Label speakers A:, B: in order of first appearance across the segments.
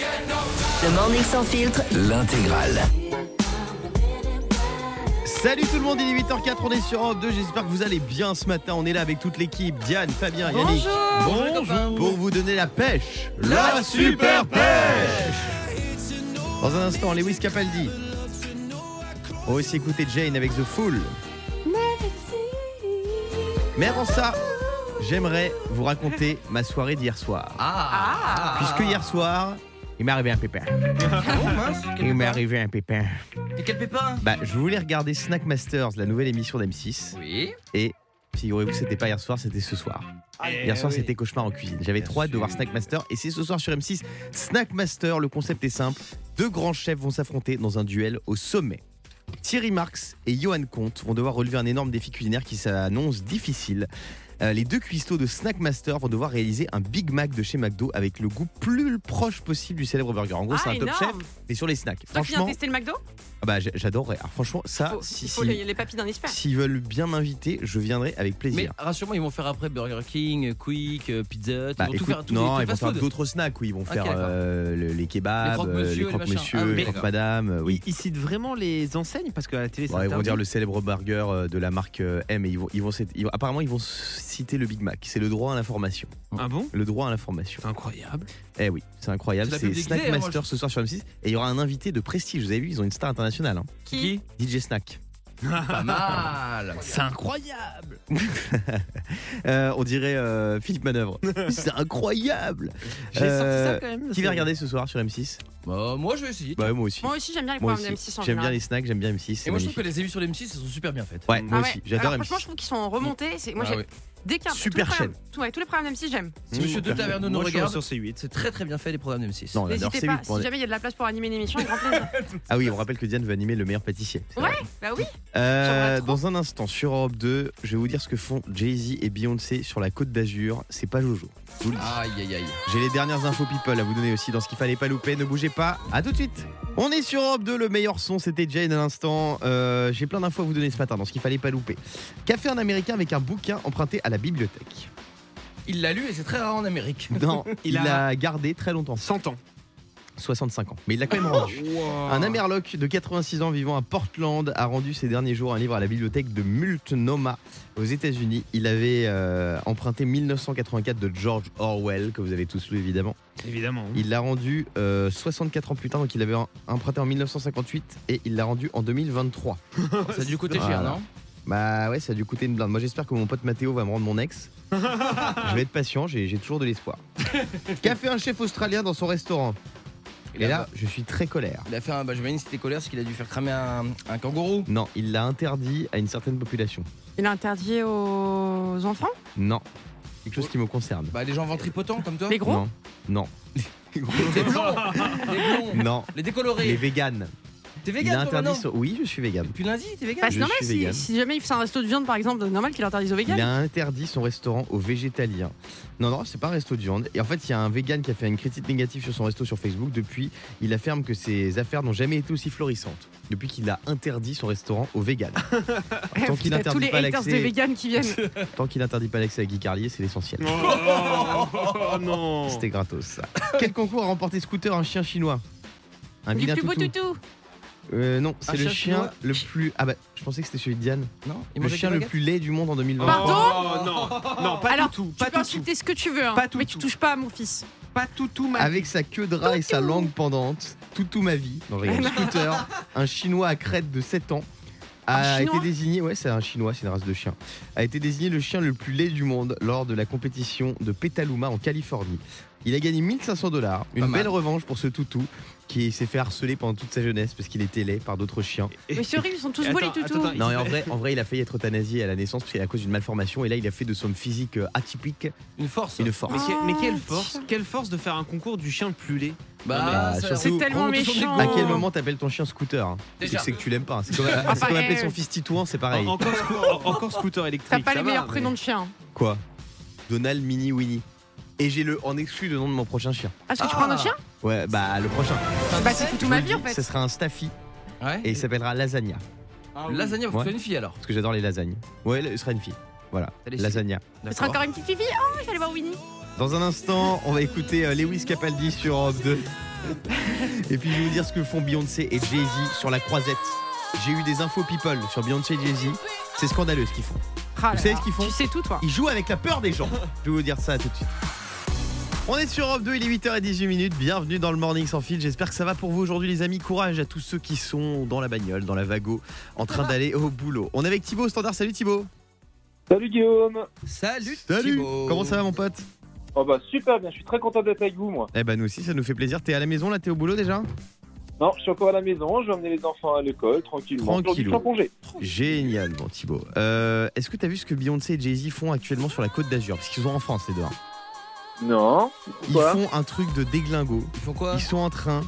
A: Le morning sans filtre.
B: L'intégrale.
C: Salut tout le monde, il est 8h04, on est sur Europe 2, j'espère que vous allez bien ce matin, on est là avec toute l'équipe, Diane, Fabien, Yannick, bonjour, pour vous donner la pêche, la, super pêche Dans un instant, Lewis Capaldi, on va aussi écouter Jane avec The Fool, mais avant ça, j'aimerais vous raconter ma soirée d'hier soir,
B: Ah,
C: puisque hier soir, il m'est arrivé un pépin,
B: Oh mince,
C: il m'est arrivé un pépin,
B: Et quel pépin
C: bah je voulais regarder Snack Masters, la nouvelle émission d'M6,
B: Oui.
C: et figurez-vous, c'était pas hier soir, c'était ce soir. Hier soir, c'était Cauchemar en cuisine. J'avais trop hâte de voir Snackmaster. Et c'est ce soir sur M6. Snackmaster, le concept est simple. Deux grands chefs vont s'affronter dans un duel au sommet. Thierry Marx et Johan Comte vont devoir relever un énorme défi culinaire qui s'annonce difficile. Euh, les deux cuistots de Snackmaster vont devoir réaliser un Big Mac de chez McDo avec le goût plus proche possible du célèbre burger. En gros, c'est un top chef, mais sur les snacks.
D: Ah, Toi qui viens
C: Franchement,
D: tester le McDo
C: ah bah, j'- j'adorerais. Alors, franchement,
D: Il
C: ça,
D: faut,
C: si-
D: il faut
C: si-
D: les, les papilles d'un expert.
C: s'ils veulent bien m'inviter, je viendrai avec plaisir.
B: Mais rassure-moi, ils vont faire après Burger King, euh, Quick, euh, Pizza, Hut, ils
C: Bah,
B: vont tout
C: écoute,
B: faire tout
C: non,
B: les
C: ils vont
B: fast
C: faire
B: food.
C: d'autres snacks, oui, ils vont faire
B: d'accord.
C: euh, le- les
B: Les
C: kebabs,
B: croque-monsieur,
C: euh, les
B: les
C: croque-monsieur,
B: machins. Ah,
C: les
B: mais-
C: croque-madame, euh, oui.
E: Ils, ils citent vraiment les enseignes parce que à la télé, c'est
C: Ouais, ils vont
E: interdit.
C: dire le célèbre burger euh, de la marque euh, M et ils vont, ils vont, citer- ils vont- apparemment ils vont citer le Big Mac. C'est le droit à l'information.
E: Ah bon
C: Le droit à l'information.
E: Incroyable.
C: Eh oui, c'est incroyable.
B: C'est la
C: C'est
B: publicité, hein,
C: Snack
B: moi,
C: Master ce soir sur M6 et il y aura un invité de prestige. Vous avez vu, ils ont une star internationale. hein.
D: Qui
C: DJ Snack.
B: Pas mal.
E: C'est incroyable.
C: Euh, on dirait euh, Philippe Manœuvre. c'est incroyable.
E: J'ai
C: Euh,
E: sorti ça quand même.
C: Qui
E: c'est-
C: va regarder ce soir sur M6
B: Bah, moi, je vais essayer.
C: Bah moi aussi.
D: Moi aussi, j'aime bien les
C: Moi
D: programmes
C: aussi.
D: d'M6 en
C: J'aime bien
D: général.
C: les snacks, j'aime bien M6. c'est
B: Et moi, je trouve
C: magnifique.
B: que les émissions de M6, elles sont super bien faites.
C: Ouais, moi
D: Ah ouais.
C: aussi, j'adore
D: Alors, Franchement,
C: M6.
D: je trouve qu'ils sont en remontée. C'est- Moi,
B: Ah
D: j'ai-
B: ouais.
D: dès qu'il y a- tous les
C: Super
D: programmes- tout- ouais, tous les programmes d'M6, j'aime.
B: Si Monsieur De Taverneau nous
E: Moi, je suis
B: regarde,
E: sur C8.
B: c'est très très bien fait les programmes de M6.
C: Non, on adore C8.
D: N'hésitez pas,
C: on
D: si
C: est-
D: jamais il y a de la place pour animer une émission, avec grand plaisir.
C: Ah oui, on rappelle que Diane veut animer le meilleur pâtissier. C'est
D: Ouais,
C: vrai.
D: bah oui,
C: Euh,
D: j'aimerais trop.
C: dans un instant, sur Europe 2, je vais vous dire ce que font Jay-Z et Beyoncé sur la côte d'Azur. C'est pas Jojo. Je vous le dis.
B: Aïe aïe aïe.
C: J'ai les dernières infos people à vous donner aussi dans ce qu'il fallait pas louper. Ne bougez pas. À tout de suite. On est sur Europe 2, le meilleur son, c'était Jane à l'instant. Euh, J'ai plein d'infos à vous donner ce matin dans ce qu'il fallait pas louper. Qu'a fait un américain avec un bouquin emprunté à la bibliothèque
B: Il l'a lu et c'est très rare en Amérique.
C: Non, il
E: Il a-
C: l'a gardé très longtemps,
E: 100 ans. Oh.
C: 65 ans. Mais il l'a quand même rendu. Un Amerloc de 86 ans vivant à Portland a rendu ces derniers jours un livre à la bibliothèque de Multnomah aux États-Unis. Il avait euh, emprunté 1984 de George Orwell, que vous avez tous lu évidemment.
E: Évidemment.
C: Il l'a rendu euh, 64 ans plus tard, donc il l'avait en- emprunté en 1958 et il l'a rendu en 2023.
B: Ça a dû coûter cher,
C: Voilà.
B: non
C: Bah ouais, ça a dû coûter une blinde. Moi j'espère que mon pote Mathéo va me rendre mon ex. Je vais être patient, j'ai j'ai toujours de l'espoir. Qu'a fait un chef australien dans son restaurant Et là, je suis très colère.
B: Il a fait un. Bah, j'imagine que c'était colère parce qu'il a dû faire cramer un, un kangourou.
C: Non, il l'a interdit à une certaine population.
D: il est interdit aux enfants.
C: Non. Quelque chose qui me concerne.
B: Bah, les gens ventripotents comme toi.
D: Les gros
C: non. Non.
B: Les blonds. les blonds.
C: non.
B: Les décolorés.
C: Les véganes.
B: T'es
C: il a
B: vegan toi
C: interdit
B: maintenant
C: son- Oui, je suis végane.
B: Depuis lundi, t'es vegan
D: Bah,
C: Je
D: c'est normal,
C: suis
D: si,
C: vegan.
D: si jamais il fait un resto de viande par exemple, c'est normal qu'il interdise aux
C: Il
D: véganes.
C: a interdit son restaurant aux végétaliens. Non, non, c'est pas un resto de viande. Et en fait, il y a un végane qui a fait une critique négative sur son resto sur Facebook. Depuis, il affirme que ses affaires n'ont jamais été aussi florissantes. Depuis qu'il a interdit son restaurant aux véganes. Tant qu'il
D: T'as tous
C: n'interdit
D: les
C: pas
D: haters de
C: l'accès
D: véganes qui viennent.
C: tant qu'il n'interdit pas l'accès à Guy Carlier, c'est l'essentiel.
E: Oh, oh, oh, non.
C: C'était gratos, ça. Quel concours a remporté Scooter un chien chinois Un
D: Du
C: vilain
D: plus beau
C: toutou.
D: toutou.
C: Euh, non,
B: Un
C: c'est le
B: chien
C: chien
B: chinois
C: le plus. Ah bah, je pensais que c'était celui de Diane.
B: Non, il
C: Le chien le plus laid du monde en 2020.
D: Pardon
E: Oh, non. Non, pas
D: Alors,
E: tout.
D: Tu
E: Pas
D: peux
E: tout.
D: insulter ce que tu veux, hein,
E: Pas toutou.
D: mais tu touches pas à mon fils.
E: Pas tout, tout, ma.
C: Avec sa queue de rat et sa langue pendante, tout tout ma vie. Non, je rigole. Scooter, un chinois à crête de 7 ans.
D: Un
C: A
D: Chinois
C: été désigné, ouais, c'est un chinois, c'est une race de chien. A été désigné le chien le plus laid du monde lors de la compétition de Petaluma en Californie. Il a gagné 1500 dollars, une
B: mal.
C: belle revanche pour ce toutou qui s'est fait harceler pendant toute sa jeunesse parce qu'il était laid par d'autres chiens.
D: Mais c'est horrible, ils sont tous beaux les
E: Attends,
D: toutous.
E: attends, attends.
C: Non, et en vrai, en vrai, il a failli être euthanasié à la naissance parce qu'il- à cause d'une malformation. Et là, il a fait de son physique euh, atypique
B: Une force.
C: une force.
E: Mais, que- mais quelle
D: Ah,
E: force
D: tiens.
E: Quelle force de faire un concours du chien le plus laid
C: Bah,
B: Bah, ça-
C: surtout-
D: C'est tellement
B: on retourne
D: méchant.
B: des
C: À
B: coups.
C: quel moment t'appelles ton chien scooter hein
B: Déjà.
C: C'est que tu l'aimes pas. hein. C'est comme, c'est
D: Enfin,
C: comme appeler
D: eh.
C: son fils Titouan, c'est pareil.
E: En- encore, scoo- en- encore scooter électrique.
D: T'as pas
E: ça
D: les
E: va,
D: meilleurs
E: mais-
D: prénoms de chiens.
C: Quoi Donald, Mini, Winnie. Et j'ai le en exclu le nom de mon prochain chien.
D: Ah, Est-ce que tu
B: Ah.
D: prends un autre chien
C: Ouais, bah le prochain.
D: Bah, c'est
C: Je
D: tout
C: vous
D: ma
C: le
D: vie en
C: dis,
D: fait.
C: Ce sera un Staffy
B: Ouais.
C: et il s'appellera Lasagna.
D: Ah
E: Ah
B: Lasagna, faut que
C: Ouais.
B: tu sois une fille alors.
C: Parce que j'adore les lasagnes. Ouais, ce sera une fille. Voilà.
B: Allez,
C: Lasagna.
D: Ce sera encore une petite fille. Oh, je vais aller voir Winnie.
C: Dans un instant, on va écouter euh, Lewis Capaldi sur Europe 2. Et puis je vais vous dire ce que font Beyoncé et Jay-Z sur la croisette. J'ai eu des infos people sur Beyoncé et Jay-Z. C'est scandaleux ce qu'ils font.
D: Ah là
C: savez
D: là.
C: ce qu'ils font
D: Tu sais tout, toi.
C: Ils jouent avec la peur des gens. Je vais vous dire ça tout de suite. On est sur Europe 2, il est 8h18 minutes. Bienvenue dans le Morning sans fil. J'espère que ça va pour vous aujourd'hui, les amis. Courage à tous ceux qui sont dans la bagnole, dans la vago, en train d'aller au boulot. On est avec Thibaut au standard. Salut Thibaut.
A: Salut Guillaume
B: Salut,
C: Comment ça va, mon pote
A: Oh bah super bien, je suis très content d'être avec vous moi.
C: Eh ben, nous aussi, ça nous fait plaisir. T'es à la maison là, t'es au boulot déjà
A: Non, je suis encore à la maison, je vais emmener les enfants à l'école tranquillement. Aujourd'hui, je suis en
C: Tranquillou.
A: congé.
C: Génial, bon Thibaut. Euh, Est-ce que t'as vu ce que Beyoncé et Jay-Z font actuellement sur la côte d'Azur Parce qu'ils sont en France, les deux. hein.
A: Non,
C: Ils
A: Quoi
C: font un truc de déglingo.
B: Ils font quoi
C: Ils sont en train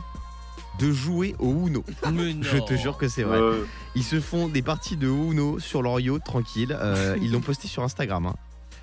C: de jouer au Uno.
B: Mais non.
C: Je te jure que c'est vrai.
A: Euh,
C: Ils se font des parties de Uno sur leur yacht tranquille. Euh, ils l'ont posté sur Instagram. hein.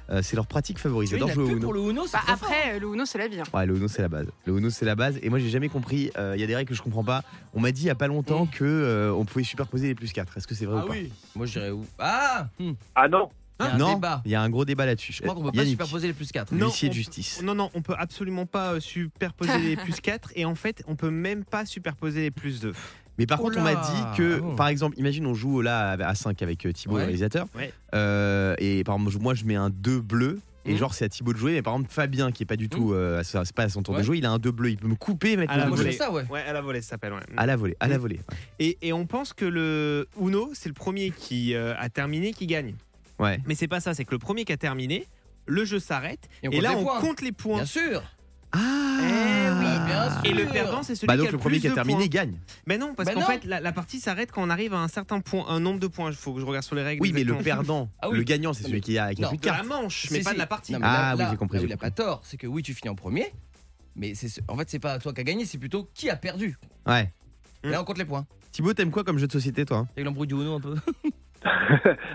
C: Euh, c'est leur pratique favorite. Ils
B: Tu vois,
C: adorent
B: il a
C: jouer au
B: que pour
C: Uno.
B: le Uno, c'est
D: Bah,
B: trop fort.
D: après, euh, le Uno, c'est la vie. hein.
C: Ouais, le Uno c'est la base. Le Uno c'est la base. Et moi j'ai jamais compris. euh, Il y a des règles que je comprends pas. On m'a dit il y a pas longtemps que euh, on pouvait superposer les plus 4 Est-ce que c'est vrai
B: Mm. Ah
C: ou pas
B: oui. Moi, je dirais où Ah hmm,
A: Ah non,
B: Il y a un
C: Non.
B: débat.
C: Il y a un gros débat là-dessus.
B: Je crois qu'on peut pas
C: Yannick,
B: superposer les plus 4.
E: Non,
C: l'huissier de
E: on-
C: justice.
E: Non, non, on peut absolument pas euh, superposer les plus 4 et en fait, on peut même pas superposer les plus 2.
C: Mais par
B: Oh
C: contre, on m'a
B: là
C: dit que,
B: Ah bon
C: par exemple, imagine on joue là à 5 avec euh, Thibaut,
B: Ouais.
C: le réalisateur.
E: Ouais.
C: Euh, et par exemple, moi je mets un 2 bleu. Et
E: Mmh.
B: Mhm.
C: genre, c'est à Thibaut de jouer. Mais par exemple, Fabien, qui est pas du tout. euh, à sa- c'est pas à son tour de
B: Ouais.
C: jouer, il a un 2 bleu. Il peut me couper et mettre
E: À
C: le
E: la
C: bleu.
B: Moi, je
E: volée. Mmh.
B: fais ça, ouais.
E: Ouais, à la volée, ça s'appelle. ouais.
C: À la volée, à la volée.
E: Et, et on pense que le Uno, c'est le premier qui euh, a terminé qui gagne.
C: Ouais.
E: Mais c'est pas ça, c'est que le premier qui a terminé, le jeu s'arrête
B: Et on
E: et,
B: compte
E: là
B: les
E: on
B: points.
E: compte les points.
B: Bien sûr.
E: Eh
C: Ah
B: bien
E: Et
B: sûr.
E: le perdant, c'est celui
C: Bah
E: qui
C: donc,
E: a
C: le
E: le
C: premier
E: plus
C: qui a
E: de
C: terminé
E: points.
C: gagne.
E: Mais non, parce
B: Bah
E: qu'en
B: non.
E: fait, la, la partie s'arrête quand on arrive à un certain point, un nombre de points. Il faut que je regarde sur les règles.
C: Oui, mais le
E: exactement.
C: perdant,
B: Ah oui.
C: le gagnant, c'est
B: Non,
C: celui qui a, qui a
B: non.
C: plus de
E: de la
C: cartes.
E: manche, mais
B: Si,
E: pas
B: si.
E: de la partie.
B: Non, mais
C: Ah
B: là-
C: oui,
B: là-
C: j'ai compris,
B: là où
C: j'ai
B: il a pas
C: compris.
B: tort, c'est que oui, tu finis en premier, mais c'est ce- en fait, c'est pas toi qui as gagné, c'est plutôt qui a perdu.
C: Ouais.
B: Et
E: Hum.
B: Là, on compte les points.
C: Thibaut, t'aimes quoi comme jeu de société, toi hein
B: Avec l'embrouille du Uno un peu.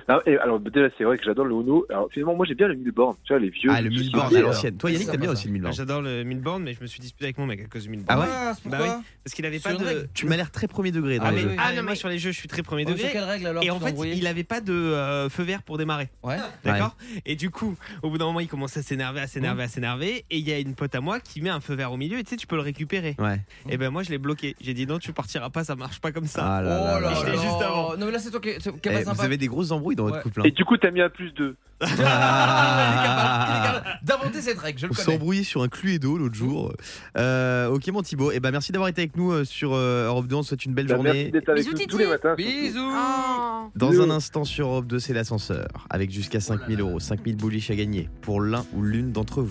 A: non, et alors déjà c'est vrai que j'adore le Uno. Alors finalement moi j'ai bien le Milborn, tu vois les vieux.
C: Ah, le
A: je suis
C: Milborn à
A: vieux, là.
C: l'ancienne. Toi, Yannick,
B: Ça
C: t'aimes bien
B: va,
C: aussi le Milborn.
E: J'adore le Milborn, mais je me suis disputé avec mon mec à cause du
C: Ah
E: Milborn.
C: ouais
B: Mince, pourquoi
E: Bah Parce qu'il avait
B: Sur
E: pas
B: une
E: de.
B: règle.
C: Tu m'as l'air très premier degré dans
E: Ah,
C: les
E: mais,
C: jeux.
E: ah
B: Ouais,
E: non, moi
B: mais-
E: sur les jeux, je suis très premier
B: Ouais, Sur
E: degré.
B: quelle règle alors
E: Et
B: tu
E: en
B: t'es
E: fait,
B: embrouillé
E: il avait pas de euh, feu vert pour démarrer.
B: Ouais.
E: D'accord Et du coup, au bout d'un moment, il commence à s'énerver, à s'énerver, à s'énerver. Et il y a une pote à moi qui met un feu vert au milieu et tu sais, tu peux le récupérer.
C: Ouais.
E: Et ben moi, je l'ai bloqué. J'ai dit non, tu partiras pas, ça marche pas comme ça.
C: Ah là là
B: oh là
C: là
E: Je l'ai
B: là.
C: là.
E: juste avant.
B: Non, mais là, c'est toi qui c'est- qui a
C: Eh,
B: pas
C: Vous
B: sympa.
C: avez des grosses embrouilles dans votre
B: Ouais.
C: couple.
A: Et
C: hein.
A: du coup t'as mis un plus 2.
B: Ah, Il est
C: Ah.
B: capable- il est capable D'inventer cette règle, je le
C: On s'est
B: connais. Mm.
C: embrouillé sur un Cluedo l'autre jour. Euh, ok, mon Thibaut. Eh ben, merci d'avoir été avec nous euh, sur euh, Europe 2. On te souhaite une belle
A: Bah,
C: journée.
A: merci d'être avec
D: Bisous,
A: nous tous
D: Titi.
A: les matins. surtout.
B: Bisous.
E: Ah.
D: Oh.
C: Dans un instant sur Europe 2, c'est l'ascenseur. Avec
B: Oh
C: jusqu'à 5000 euros, 5000 bullish à gagner pour l'un ou l'une d'entre vous.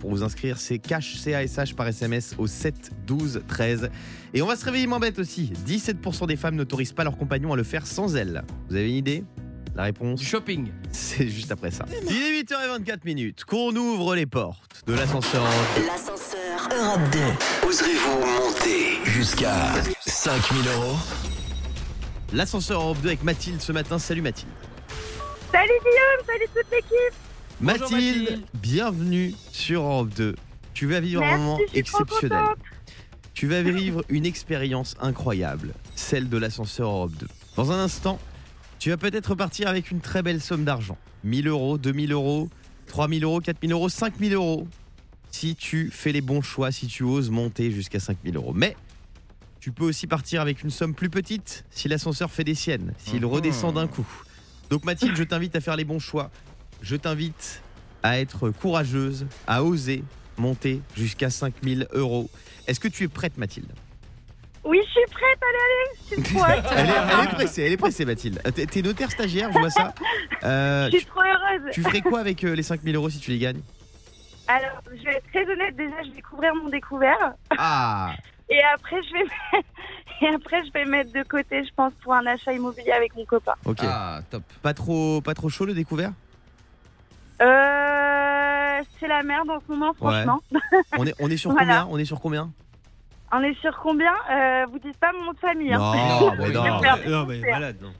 C: Pour vous inscrire, c'est cash CASH par SMS au 7 12 13. Et on va se réveiller moins bête aussi. 17% des femmes n'autorisent pas leurs compagnons à le faire sans elles. Vous avez une idée La réponse
B: Du shopping.
C: C'est juste après ça. Il est 8h24 minutes qu'on ouvre les portes de l'ascenseur.
F: L'ascenseur Europe 2.
G: Oserez-vous monter jusqu'à 5000 euros
C: L'ascenseur Europe 2 avec Mathilde ce matin. Salut Mathilde.
H: Salut Guillaume, salut toute l'équipe.
C: Mathilde,
B: Bonjour, Mathilde.
C: bienvenue sur Europe 2. Tu vas vivre un
H: Merci,
C: moment
H: je suis trop
C: exceptionnel. Tu vas vivre une expérience incroyable, celle de l'ascenseur Europe 2. Dans un instant, tu vas peut-être repartir avec une très belle somme d'argent. 1000 euros, 2000 euros, 3000 euros, 4000 euros, 5000 euros. Si tu fais les bons choix, si tu oses monter jusqu'à 5000 euros. Mais tu peux aussi partir avec une somme plus petite si l'ascenseur fait des siennes, s'il
B: Mhm.
C: redescend d'un coup. Donc Mathilde, je t'invite à faire les bons choix. Je t'invite à être courageuse, à oser monter jusqu'à 5000 euros. Est-ce que tu es prête Mathilde
H: Oui, je suis prête, allez, allez, je suis trop hâte.
C: elle est, elle est pressée, elle est pressée Mathilde. Euh, T'es t'es notaire stagiaire, je vois ça. Euh,
H: Je
C: tu,
H: suis trop heureuse.
C: tu ferais quoi avec euh, les 5000 euros si tu les gagnes
H: Alors, je vais être très honnête, déjà, je vais couvrir mon découvert.
C: Ah
H: Et après, je vais, mettre- et après, je vais mettre de côté, je pense, pour un achat immobilier avec mon copain.
C: Ok.
B: Ah, top.
C: Pas, trop, pas trop chaud le découvert
H: Euh, c'est la merde en ce moment, franchement.
C: on est, on est sur
H: Voilà.
C: combien On est sur combien
H: On est sur combien Euh, Vous dites pas mon nom de famille. hein.
C: Non,
B: mais non.
H: Je vais me faire
E: mais- non, mais
H: défoncer.
E: malade, non.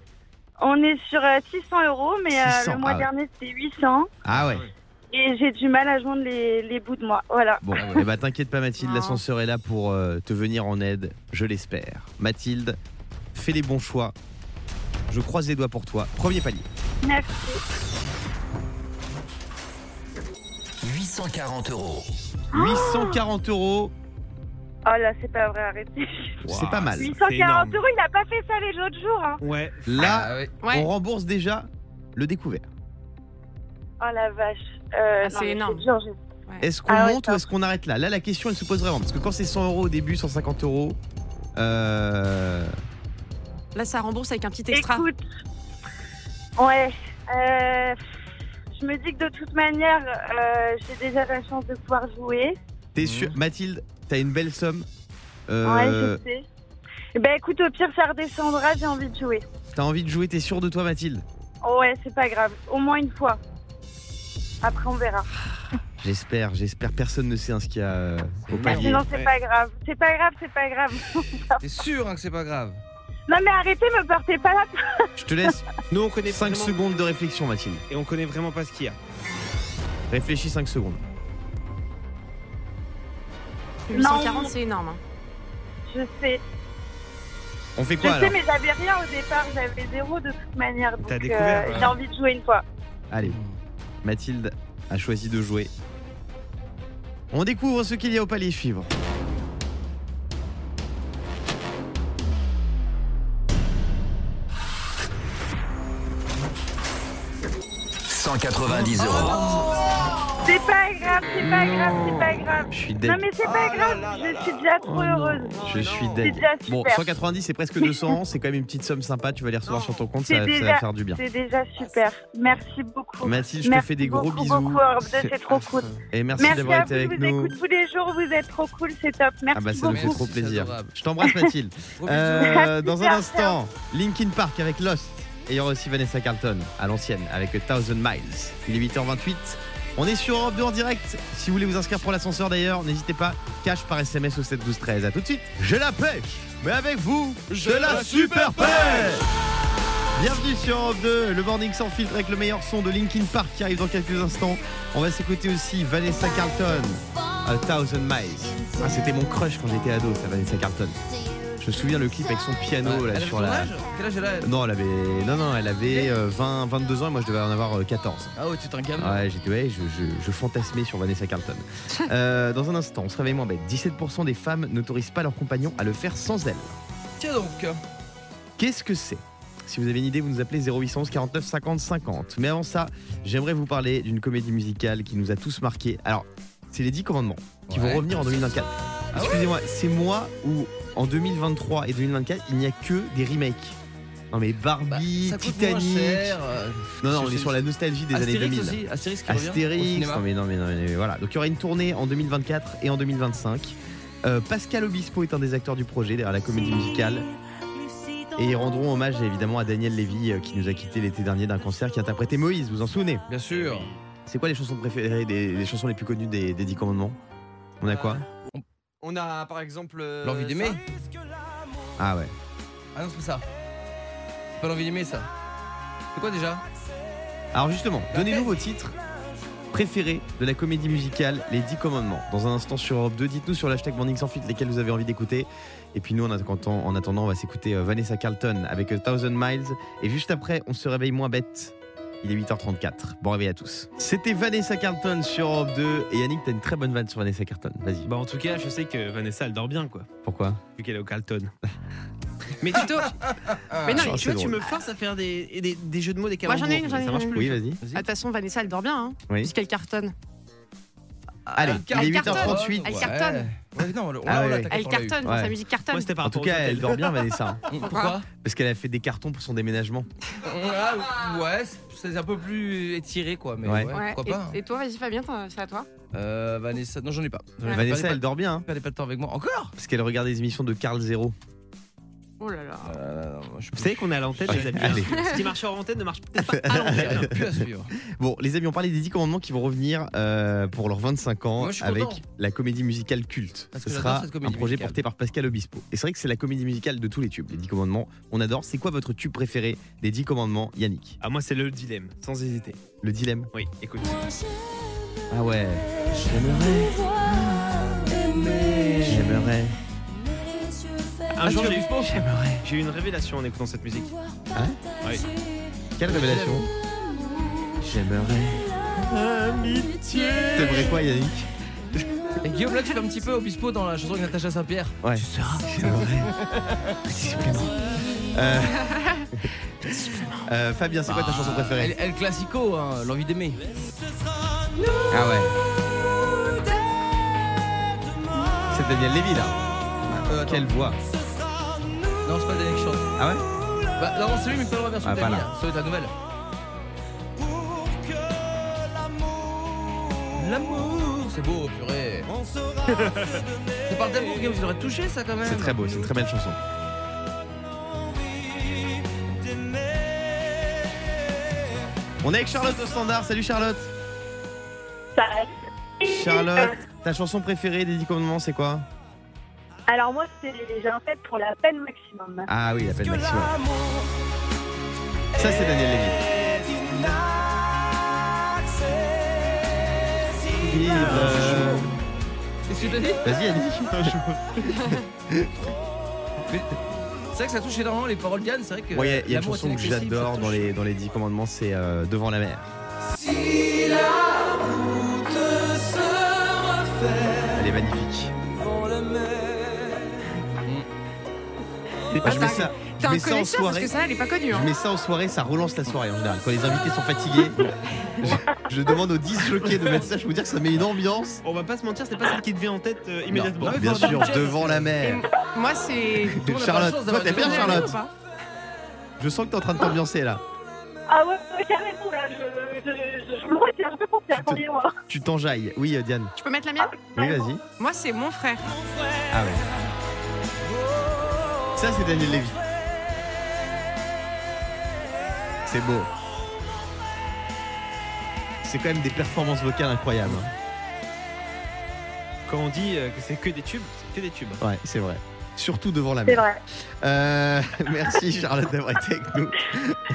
H: On est sur euh, 600 euros, mais euh,
C: 600,
H: le mois
C: ah ouais.
H: dernier, c'était 800.
C: Ah ouais.
H: Et j'ai du mal à joindre les, les bouts de moi. Voilà.
C: Bon,
B: Ah ouais.
C: eh ben, t'inquiète pas Mathilde,
D: Non.
C: l'ascenseur est là pour euh, te venir en aide, je l'espère. Mathilde, fais les bons choix. Je croise les doigts pour toi. Premier palier.
H: 9.
F: 800
G: 840 euros.
C: 840 euros,
H: Oh là, c'est pas vrai, arrêtez.
C: c'est pas mal.
H: 840
E: énorme.
H: euros, il n'a pas fait ça les autres jours. Hein.
E: Ouais.
C: Là,
B: Ah, ouais.
D: Ouais.
C: on rembourse déjà le découvert.
H: Oh la vache. Euh,
D: Ah,
H: non,
D: c'est
H: mais
D: énorme.
H: dur, j'ai-
C: Est-ce qu'on
H: Ah ouais,
C: monte
H: ça.
C: ou est-ce qu'on arrête là Là, la question, elle se pose vraiment. Parce que quand c'est 100 euros au début, 150 euros, euh,
D: Là, ça rembourse avec un petit extra.
H: Écoute, ouais, euh, je me dis que de toute manière, euh, j'ai déjà la chance de pouvoir jouer.
C: t'es sûr Mathilde, t'as une belle somme. Euh,
H: Ouais, je sais. Eh Ben écoute, au pire, ça redescendra, j'ai envie de jouer.
C: T'as envie de jouer, t'es sûr de toi, Mathilde
H: Ouais, c'est pas grave, au moins une fois. Après, on verra.
C: J'espère, j'espère. Personne ne sait hein, ce qu'il y a euh, au
E: Bah,
B: C'est
C: panier.
H: Sinon, c'est pas grave. C'est pas grave, c'est pas grave.
B: T'es sûr hein, que c'est pas grave
H: Non, mais arrêtez, me portez pas la
C: Je te laisse
E: Nous, on connaît
C: 5
E: vraiment-
C: secondes de réflexion, Mathilde.
E: Et on connaît vraiment pas ce qu'il y a.
C: Réfléchis 5 secondes.
D: 840, c'est énorme. hein.
H: Je sais.
C: On fait
H: Je
C: quoi
H: sais,
C: alors
H: mais j'avais rien au départ, j'avais zéro de toute manière. Donc,
E: T'as découvert,
H: euh,
E: ouais.
H: j'ai envie de jouer une fois.
C: Allez, Mathilde a choisi de jouer. On découvre ce qu'il y a au palier suivant.
G: €190 euros.
H: C'est pas grave, c'est pas grave, c'est pas grave.
C: Je suis
H: Non,
C: dead.
H: mais c'est pas grave, je suis déjà trop heureuse.
C: Je suis
H: C'est
C: dead.
H: déjà
C: Oh Bon,
H: super.
C: 190, c'est presque 200. C'est quand même une petite somme sympa. Tu vas les recevoir sur ton compte. Ça,
H: C'est
C: va- ça va
H: déjà-
C: faire du bien.
H: C'est déjà super. Merci beaucoup.
C: Mathilde, je te
H: Merci
C: fais des gros
H: beaucoup,
C: bisous.
H: Beaucoup, Europe 2,
C: C'est
H: c'est trop cool.
C: Et merci,
H: Merci,
C: d'avoir
H: à
C: été
H: vous, je
C: avec
H: vous
C: nous.
H: écoute tous les jours, vous êtes trop cool, c'est top. Merci
C: Ah bah ça nous
H: beaucoup.
C: fait trop
B: Merci, c'est
C: plaisir.
B: adorable.
C: Je t'embrasse Mathilde.
B: Gros bisous.
C: Euh, dans un
H: Merci.
C: instant, Linkin Park avec Lost. Et il y aura aussi Vanessa Carlton à l'ancienne avec A Thousand Miles. Il est 8h28. On est sur Europe 2 en direct. Si vous voulez vous inscrire pour l'ascenseur d'ailleurs, n'hésitez pas. Cash par SMS au 7 12 13. A tout de suite. Je la pêche, mais avec vous, je la super pêche. Bienvenue sur Europe 2, le morning sans filtre avec le meilleur son de Linkin Park qui arrive dans quelques instants. On va s'écouter aussi Vanessa Carlton, A Thousand Miles. Ah, c'était mon crush quand j'étais ado, ça, Vanessa Carlton. Je me souviens le clip avec son piano
B: Ouais.
C: là
B: Elle a
C: sur
B: ton
C: la.
B: âge Quel âge elle a elle
C: Non, elle avait, non, non, elle avait euh, 20, 22 ans et moi je devais en avoir euh, 14.
B: Ah ouais, tu t'es un gamin.
C: Ouais, j'étais, ouais, je, je- je fantasmais sur Vanessa Carlton. Euh, dans un instant, on se réveille moins bête. 17% des femmes n'autorisent pas leurs compagnons à le faire sans elles.
B: Tiens donc.
C: Qu'est-ce que c'est Si vous avez une idée, vous nous appelez 0811 49 50 50. Mais avant ça, j'aimerais vous parler d'une comédie musicale qui nous a tous marqués. Alors, c'est les 10 commandements qui
B: Ouais. Ah
C: vont revenir en 2024.
B: ouais
C: Excusez-moi, c'est moi où en 2023 et 2024, il n'y a que des remakes. Non mais
B: Bah,
C: Barbie,
B: ça coûte moins
C: Titanic.
B: cher. euh,
C: Non non, on
B: Je-
C: est
B: je-
C: sur la nostalgie des
B: Astérix
C: années 2000.
B: aussi. Astérix qui revient au
C: Astérix,
B: cinéma.
C: non mais, non, mais, non, mais- mais voilà. Donc il y aura une tournée en 2024 et en 2025. Euh, Pascal Obispo est un des acteurs du projet derrière la comédie musicale. Et ils rendront hommage évidemment à Daniel Lévy euh, qui nous a quitté l'été dernier d'un concert qui interprétait Moïse, vous vous en souvenez
B: Bien sûr.
C: C'est quoi les chansons préférées, des, les chansons les plus connues des, des Dix Commandements On a quoi
I: On a par exemple. euh,
B: L'envie d'aimer.
C: Ah ouais.
B: Ah non, c'est pas ça. C'est pas l'envie d'aimer ça. C'est quoi déjà
C: Alors justement, donnez-nous vos titres préférés de la comédie musicale Les Dix Commandements. Dans un instant sur Europe 2, dites-nous sur l'hashtag Morning Sans Filtre lesquels vous avez envie d'écouter. Et puis nous, en attendant, en attendant, on va s'écouter euh, Vanessa Carlton avec A Thousand Miles. Et juste après, on se réveille moins bête. Il est 8h34. Bon réveil à tous. C'était Vanessa Carlton sur Europe 2. Et Yannick, t'as une très bonne vanne sur Vanessa Carlton. Vas-y.
E: Bah, en tout cas, je sais que Vanessa, elle dort bien, quoi.
C: Pourquoi
E: Vu qu'elle est au Carlton. mais tu, mais non, mais
C: Ah, c'est
E: tu vois, tu
C: drôle.
E: me forces à faire des, des, des jeux de mots, des
D: Moi, j'en ai une,
E: calembours, mais
D: j'en ai
E: Ça marche
D: une.
E: plus.
C: Oui, vas-y.
D: Ah, De toute façon, Vanessa, elle dort bien, hein,
C: Oui.
D: puisqu'elle cartonne.
E: Ah,
C: Allez, il est
D: elle cartonne.
C: 8h38.
D: Elle cartonne.
B: Ouais, mais non, on l'a- on
C: Ah
B: l'a
C: ouais.
B: attaqué
D: Elle
B: sur la
D: cartonne,
C: Ouais.
D: sa musique cartonne.
E: Moi, c'était par
C: En tout
E: rapport
C: cas,
E: aux
C: elle
E: hôtels.
C: dort bien, Vanessa.
B: Hue. Pourquoi
C: Parce qu'elle a fait des cartons pour son déménagement.
B: Ah, Ouais, c'est un peu plus étiré quoi, mais
C: Ouais.
B: ouais,
D: Ouais.
B: pourquoi
D: et,
B: pas. hein.
D: et toi, vas-y, Fabien, t'en- c'est à toi.
B: Euh, Vanessa, non j'en ai pas. J'en ai pas.
C: Vanessa,
B: Perdez
C: elle dort bien. hein,
B: pas- Perdez pas de temps avec moi. Encore
C: parce qu'elle regarde des émissions de Carl Zero.
D: Oh là là.
B: Euh, moi, je
E: Vous savez qu'on est à l'antenne, les amis. hein.
C: Allez.
E: Ce qui marche en antenne ne marche peut-être pas
B: Ah,
E: à l'antenne.
B: J'arrive plus à suivre.
C: Bon, les amis, on parlait des 10 commandements qui vont revenir euh, pour leurs 25 ans
B: Moi, je suis
C: avec
B: content.
C: la comédie musicale culte.
B: Parce
C: Ce
B: que
C: sera
B: j'adore cette
C: un
B: comédie
C: projet
B: musicale.
C: porté par Pascal Obispo. Et c'est vrai que c'est la comédie musicale de tous les tubes, les 10 commandements. On adore. C'est quoi votre tube préféré des 10 commandements, Yannick
E: Ah, moi, c'est le dilemme, sans hésiter.
C: Le dilemme
E: Oui, écoute.
C: Ah ouais. J'aimerais. J'aimerais.
E: Un jour,
B: tu
E: j'ai
B: l'as vu,
E: eu- j'ai eu une révélation en écoutant cette musique.
C: Quelle révélation J'aimerais.
E: Amitié.
C: T'aimerais quoi, Yannick
B: Et Guillaume, là, tu fais un petit peu Obispo dans la chanson avec Natacha Saint-Pierre.
C: Ouais. Tu seras. C'est vrai. Euh, euh, Fabien, c'est quoi ta chanson préférée
B: El, El Classico, hein, l'envie d'aimer.
C: Ah ouais. C'est Daniel Lévy là.
I: Euh, attends.
C: Quelle voix.
B: Non, c'est pas Daniel qui chante.
C: Ah ouais
B: Bah, non, c'est lui, mais pas dans la version
C: Ah,
B: de Daniel.
C: voilà.
B: Ça va être la nouvelle. L'amour, c'est beau, purée. Tu parles d'amour, Guillaume, tu l'aurais touché ça quand même.
C: C'est très beau, c'est une très belle chanson. On est avec Charlotte au standard. Salut Charlotte.
H: Ça Euh, reste.
C: Charlotte, ta chanson préférée des 10 commandements, c'est quoi
H: Alors moi, c'est j'ai un fait pour la peine maximum.
C: Ah oui, la peine maximum. Ça, c'est Daniel Lévy. Vive.
E: Ah. euh,
B: Qu'est-ce que t'as dit
C: Vas-y, Yannick.
B: C'est vrai que ça touche énormément les paroles d'Yann, c'est vrai que.
C: Moi, il y a- il y a une
B: l'amour est
C: chanson que
B: inaccessible, ça
C: j'adore
B: touche.
C: dans les, dans les 10 commandements, c'est euh, Devant la mer. Elle est magnifique. Ah,
E: C'est pas
C: je
E: ça.
C: mets ça,
D: T'es
C: je
D: un
C: mets ça en
D: connaisseur parce
C: soirée.
D: que ça, elle est pas connue.
C: Je
D: Hein.
C: mets ça en soirée, ça relance la soirée en général. Quand les invités sont fatigués, je, je demande aux 10 jockeys de mettre ça. Je peux vous dire que ça met une ambiance.
E: On va pas se mentir, c'est pas celle qui te vient en tête euh, immédiatement.
C: Non,
E: Ouais,
C: bien
E: faut avoir
C: sûr,
E: du jazz.
C: devant la
D: Et
C: mer.
D: m- moi, c'est.
B: Tout le monde a pas la
C: Charlotte,
B: chance
C: toi,
B: d'avoir
C: t'es
B: une
C: bien
B: bonne
D: Vous avez
C: Charlotte.
D: ou pas
C: Je sens que t'es en train de t'ambiancer là.
H: Ah ouais, ouais, carrément, là, je, je, je, je me retiens, je peux penser, attendez-moi.
C: Tu t'enjailles. Oui, euh, Diane.
D: Je peux mettre la mienne
C: Oui, vas-y.
D: Moi, c'est mon frère.
C: Ah ouais. Ça, c'est Daniel Lévy. C'est beau. C'est quand même des performances vocales incroyables. hein.
E: Quand on dit euh, que c'est que des tubes, c'est que des tubes.
C: Ouais, c'est vrai. Surtout devant la
H: C'est
C: mer.
H: vrai.
C: Euh, merci Charlotte d'avoir été avec nous.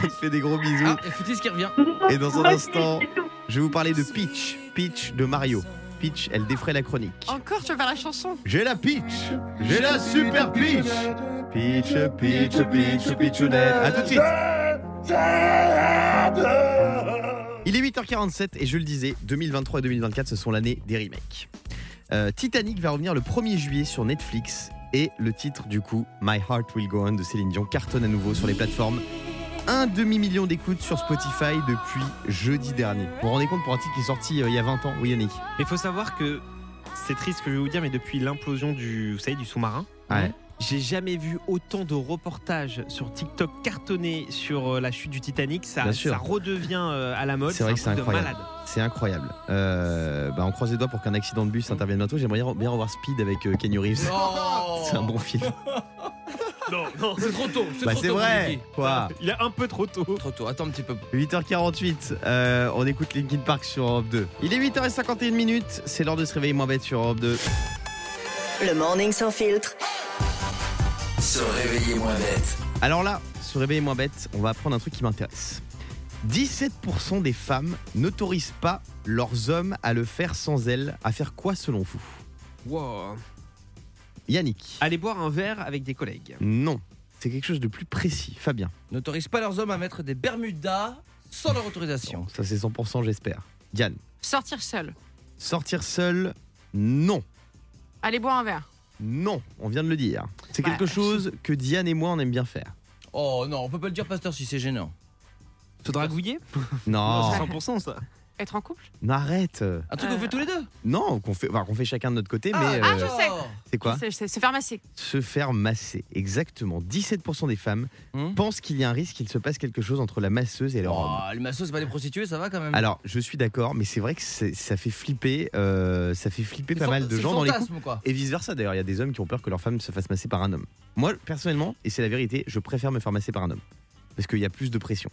C: On te fait des gros bisous.
B: Ah, et Foutis qui revient.
C: Et dans un
H: Moi,
C: instant,
H: c'est tout.
C: je vais vous parler de Peach. Peach de Mario. Peach, elle défraie la chronique.
D: Encore, tu vas faire la chanson.
C: J'ai la Peach. J'ai la super Peach. Peach, Peach, Peach, Peachounette. À tout de suite. Il est 8h47 et je le disais, 2023 et 2024, ce sont l'année des remakes. Euh, Titanic va revenir le 1er juillet sur Netflix et le titre du coup, My Heart Will Go On de Céline Dion, cartonne à nouveau sur les plateformes. Un demi-million d'écoutes sur Spotify depuis jeudi dernier. Vous vous rendez compte pour un titre qui est sorti euh, il y a 20 ans, oui Yannick
E: Il faut savoir que c'est triste ce que je vais vous dire, mais depuis l'implosion du, vous savez, du sous-marin,
C: Ouais.
E: j'ai jamais vu autant de reportages sur TikTok cartonnés sur euh, la chute du Titanic. Ça,
C: Bien sûr.
E: ça redevient euh, à la mode.
C: C'est vrai que c'est
E: un truc de
C: incroyable.
E: malade.
C: C'est incroyable. Euh, bah, on croise les doigts pour qu'un accident de bus intervienne bientôt. J'aimerais bien revoir Speed avec euh, Kenny Reeves.
B: Non
C: C'est un bon film.
E: Non, non.
B: Oh. C'est trop tôt, c'est
C: Bah,
B: trop
C: c'est
B: tôt.
C: vrai,
B: Olivier.
C: quoi.
E: Il est un peu trop tôt.
B: Trop tôt, attends un petit peu.
C: 8h48, euh, on écoute Linkin Park sur Europe 2. Il est 8h51 minutes, c'est l'heure de se réveiller moins bête sur Europe 2.
F: Le morning sans filtre.
G: Se réveiller moins bête.
C: Alors là, se réveiller moins bête, on va apprendre un truc qui m'intéresse. 17% des femmes n'autorisent pas leurs hommes à le faire sans elles. À faire quoi selon vous
E: Wow.
C: Yannick
E: Aller boire un verre avec des collègues.
C: Non, c'est quelque chose de plus précis. Fabien
B: N'autorise pas leurs hommes à mettre des Bermudas sans leur autorisation.
C: Ça c'est 100% j'espère. Diane
D: Sortir seul.
C: Sortir seul Non.
D: Aller boire un verre.
C: Non, on vient de le dire. C'est
D: Bah,
C: quelque chose que Diane et moi on aime bien faire.
B: Oh non, on peut pas le dire, pasteur, si c'est gênant.
E: Se dragouiller
C: Non,
E: C'est 100% ça.
D: Être en couple
C: arrête.
B: Un truc qu'on
D: Euh,
B: fait tous les deux.
C: Non, qu'on fait, enfin, qu'on fait chacun de notre côté, mais
D: ah,
C: euh,
D: je sais.
B: oh.
C: c'est quoi
D: C'est- c'est- Se faire masser.
C: Se faire masser. Exactement. 17% des femmes
B: Hmm.
C: pensent qu'il y a un risque qu'il se passe quelque chose entre la masseuse et leur homme.
B: Oh, les massos, c'est pas des prostituées, ça va quand même.
C: Alors, je suis d'accord, mais c'est vrai que c'est- ça fait flipper, euh, ça fait flipper
B: C'est
C: pas
B: fan-
C: mal de
B: c'est
C: gens dans les
B: fantasme, quoi.
C: Et vice versa d'ailleurs, il y a des hommes qui ont peur que leur femme se fasse masser par un homme. Moi, personnellement, et c'est la vérité, je préfère me faire masser par un homme. Parce qu'il y a plus de pression.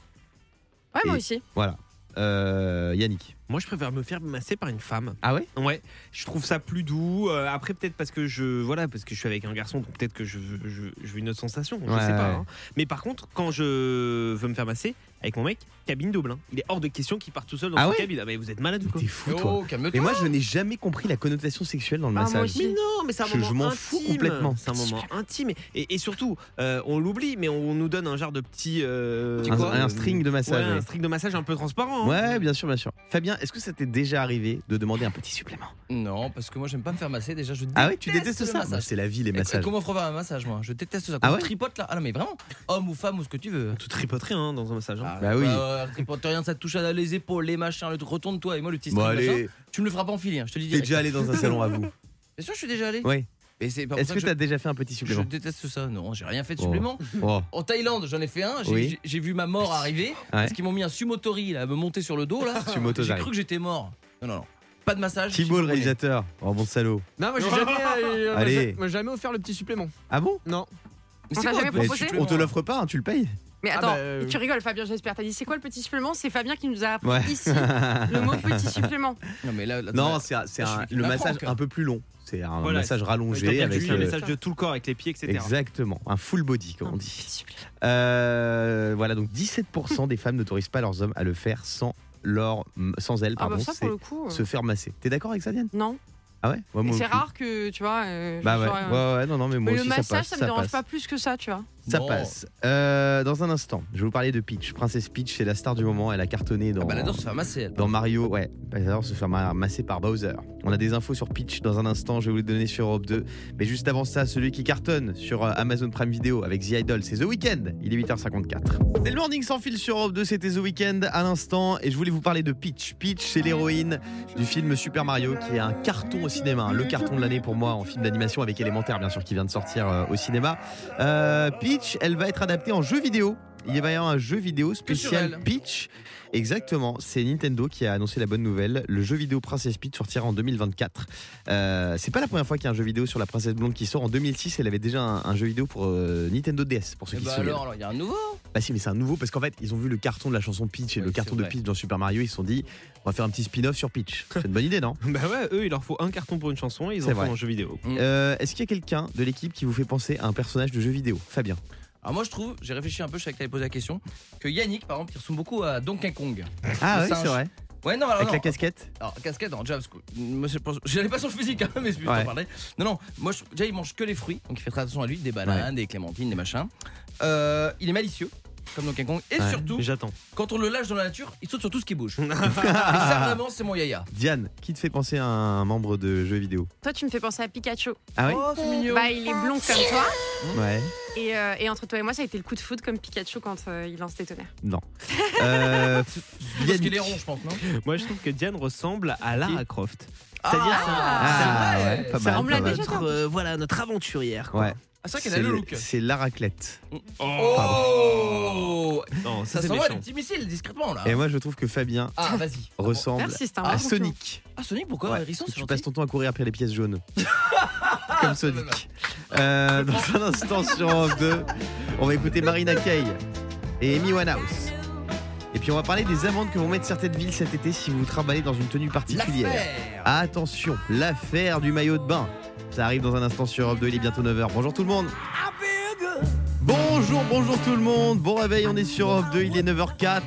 D: Ouais, moi
C: Et-
D: aussi.
C: Voilà. Euh, Yannick.
E: Moi, je préfère me faire masser par une femme.
C: Ah ouais
E: Ouais, je trouve ça plus doux. Euh, après, peut-être parce que je voilà, parce que je suis avec un garçon, donc peut-être que je, veux- je, je veux une autre sensation. Je
C: Ouais,
E: sais pas.
C: ouais.
E: hein. Mais par contre, quand je veux me faire masser avec mon mec, cabine double. hein. Il est hors de question qu'il parte tout seul dans
C: Ah
E: sa
C: ouais
E: cabine. Ah mais vous êtes malade ou quoi
C: T'es fou, toi.
B: Oh, calme-toi.
C: Mais moi, je n'ai jamais compris la connotation sexuelle dans le
D: Ah, moi
C: massage.
D: aussi.
E: Mais non, mais c'est un
C: Je-
E: moment
C: je m'en fous
E: intime.
C: complètement.
E: C'est un moment intime. Et, et surtout, euh, on l'oublie, mais on nous donne un genre de petit. euh,
C: Un, un string de
E: Ouais,
C: massage.
E: un
C: ouais.
E: string de massage un peu transparent. hein.
C: Ouais, bien sûr, bien sûr. Fabien, est-ce que ça t'est déjà arrivé de demander un petit supplément
B: Non, parce que moi, j'aime pas me faire masser. Déjà, je
C: Ah ouais, tu
B: déteste
C: détestes
B: le
C: ça
B: massage.
C: Bah, C'est la vie, les
B: Et- et
C: massages.
B: Comment on fera pas un massage, moi Je déteste ça.
C: Ah
B: Qu'on
C: ouais
B: tripote là. Ah non, mais vraiment Homme ou femme ou ce que tu veux.
E: Tu tripotes rien hein, dans un massage. hein.
B: Ah,
C: Bah oui.
B: ouais, ouais, tripote rien, ça te touche à les épaules, les machins, le retourne-toi et moi le petit
C: Bon,
B: string,
C: allez,
B: machin, Tu me le feras pas en filet, hein, je te le dis.
C: t'es
B: direct.
C: déjà allé dans un salon à vous
B: Bien sûr, je suis déjà allé.
C: Oui.
B: Et c'est pas pour
C: Est-ce
B: ça
C: que
B: que,
C: t'as déjà fait un petit
B: je, je
C: supplément
B: déteste ça. Non, j'ai rien fait de
C: Oh.
B: supplément.
C: Oh,
B: En Thaïlande, j'en ai fait un. J'ai
C: Oui.
B: j'ai- j'ai vu ma mort arriver parce qu'ils m'ont mis un sumotori là, à me monter sur le dos là. J'ai
C: Sumotori.
B: cru que j'étais mort. Non, non, non. Pas de massage.
C: Thibault,
B: je
C: le
B: suis retourné.
C: réalisateur. Oh, bon salaud.
I: Non, moi j'ai jamais, euh, on m'a
C: Allez.
I: ja- on m'a jamais offert le petit supplément.
C: Ah bon
I: Non.
B: Mais
D: On
B: c'est
D: t'a
B: quoi
D: jamais
B: le
C: Mais
B: petit
D: proposé
C: tu-
B: supplément
C: On te l'offre pas, hein, tu le payes
D: Mais
I: Ah
D: attends,
I: bah, euh,
D: tu rigoles, Fabien, j'espère. T'as dit, c'est quoi le petit supplément C'est Fabien qui nous a appris
C: Ouais.
D: ici le mot petit supplément.
B: Non, mais là, là,
C: Non,
B: là-
C: c'est un- c'est
B: je suis
C: un-
B: qui
C: le
B: m'apprend,
C: massage
B: quoi.
C: un peu plus long. C'est un
E: Voilà,
C: massage rallongé
E: T'as
C: avec.
E: vu un
C: euh,
E: massage de tout le corps avec les pieds, etc.
C: Exactement, un full body comme on dit.
D: Petit supplément.
C: Euh, voilà, donc 17% des femmes n'autorisent pas leurs hommes à le faire sans leur sans elles,
D: Ah bah
C: pardon,
D: ça,
C: c'est
D: pour le coup. euh,
C: se faire masser. T'es d'accord avec ça, Diane
D: Non.
C: Ah ouais, Ouais, moi
D: Mais
C: non
D: c'est
C: plus.
D: rare que, tu vois. euh, je
C: Bah ouais.
D: sois, euh,
C: ouais, ouais, non, non, mais moi
D: mais le
C: aussi,
D: massage,
C: ça
D: ça,
C: passe.
D: me dérange
C: passe.
D: pas plus que ça, tu vois.
C: Ça
B: Bon.
C: passe. Euh, dans un instant, je vais vous parler de Peach. Princesse Peach, c'est la star du moment. Elle a cartonné dans,
B: Ah bah, elle adore se faire masser. elle.
C: dans Mario. Ouais, bah, elle adore se faire ma- masser par Bowser. On a des infos sur Peach dans un instant. Je vais vous les donner sur Europe 2. Mais juste avant ça, celui qui cartonne sur euh, Amazon Prime Video avec The Idol, c'est The Weeknd. Il est 8h54. C'est le morning sans fil sur Europe 2. C'était The Weeknd à l'instant. Et je voulais vous parler de Peach. Peach, c'est l'héroïne du film Super Mario qui est un carton au cinéma. hein. Le carton de l'année pour moi en film d'animation avec élémentaire, bien sûr, qui vient de sortir euh, au cinéma. Euh, Peach, elle va être adaptée en jeu vidéo. Il va y avoir un jeu vidéo spécial
B: Culturel.
C: Peach. Exactement, c'est Nintendo qui a annoncé la bonne nouvelle. Le jeu vidéo Princesse Peach sortira en 2024. Euh, c'est pas la première fois qu'il y a un jeu vidéo sur la Princesse Blonde qui sort. En 2006, elle avait déjà un, un jeu vidéo pour euh, Nintendo DS, pour ceux
B: Eh
C: qui
B: bah
C: se souviennent.
B: alors, alors, il y a un nouveau.
C: Bah si, mais c'est un nouveau parce qu'en fait, ils ont vu le carton de la chanson Peach et
B: Oui,
C: le
B: c'est
C: carton de
B: vrai.
C: Peach dans Super Mario. Ils se sont dit, on va faire un petit spin-off sur Peach. C'est une bonne idée, non
E: Bah ouais, eux, il leur faut un carton pour une chanson et ils en
C: C'est
E: font
C: vrai.
E: un jeu vidéo.
C: Euh, Est-ce qu'il y a quelqu'un de l'équipe qui vous fait penser à un personnage de jeu vidéo Fabien.
B: Alors moi je trouve, j'ai réfléchi un peu, je savais que t'avais posé la question, que Yannick par exemple, il ressemble beaucoup à Donkey Kong.
C: Ah
B: Le
C: oui,
B: singe.
C: c'est vrai.
B: Ouais non, alors,
C: Avec
B: non.
C: la casquette.
B: Alors, casquette en Java School. Monsieur, je pense- j'allais pas sur le physique, hein, mais c'est plus
C: Ouais.
B: t'en parler. Non, non, moi, je- déjà, il mange que les fruits, donc il fait très attention à lui, des bananes, des clémentines, des machins. Euh, il est malicieux, comme Donkey Kong, et
C: Ouais.
B: surtout,
E: J'attends.
B: quand on le lâche dans la nature, il saute sur tout ce qui bouge. et ça, vraiment, c'est mon yaya.
C: Diane, qui te fait penser à un membre de jeu vidéo
D: Toi, tu me fais penser à Pikachu.
C: Ah oui
B: Oh, c'est mignon.
D: Bah, il est blond comme toi.
C: Ouais.
D: Et, euh, et entre toi et moi, ça a été le coup de foudre comme Pikachu quand euh, il lance des tonnerres.
C: Euh,
B: Parce
C: Yannick.
B: qu'il est rond, je pense, non
E: Moi, je trouve que Diane ressemble à Lara Croft.
B: C'est-à-dire,
C: Ah
B: c'est vrai.
C: ouais, pas
E: Ça
C: mal.
D: on me l'a
C: pas mal.
D: déjà-
E: Notre, euh, voilà, notre aventurière. quoi.
C: Ouais,
B: Ah, c'est vrai qu'elle a
C: c'est
B: le look.
C: c'est la raclette.
B: Oh
E: Non,
B: Ça
E: ça, c'est
B: s'envoie des
E: méchant.
B: petits missiles discrètement là.
C: Et moi, je trouve que Fabien
B: Ah, vas-y.
C: ressemble
D: Merci, c'était un
C: à
D: bon compliment.
C: Sonic.
B: Ah, Sonic, pourquoi
C: Ouais,
B: Hérisson, c'est
C: tu
B: gentil.
C: passes ton temps à courir après les pièces jaunes. Comme Sonic. Euh, dans un instant sur Europe 2, on va écouter Marina Kaye et Amy Winehouse. Et puis on va parler des amendes que vont mettre certaines villes cet été si vous travaillez dans une tenue particulière.
B: L'affaire.
C: Attention, l'affaire du maillot de bain. Ça arrive dans un instant sur Europe 2, il est bientôt 9h. Bonjour tout le monde. Bonjour, bonjour tout le monde. Bon réveil, on est sur Europe 2, il est 9h04.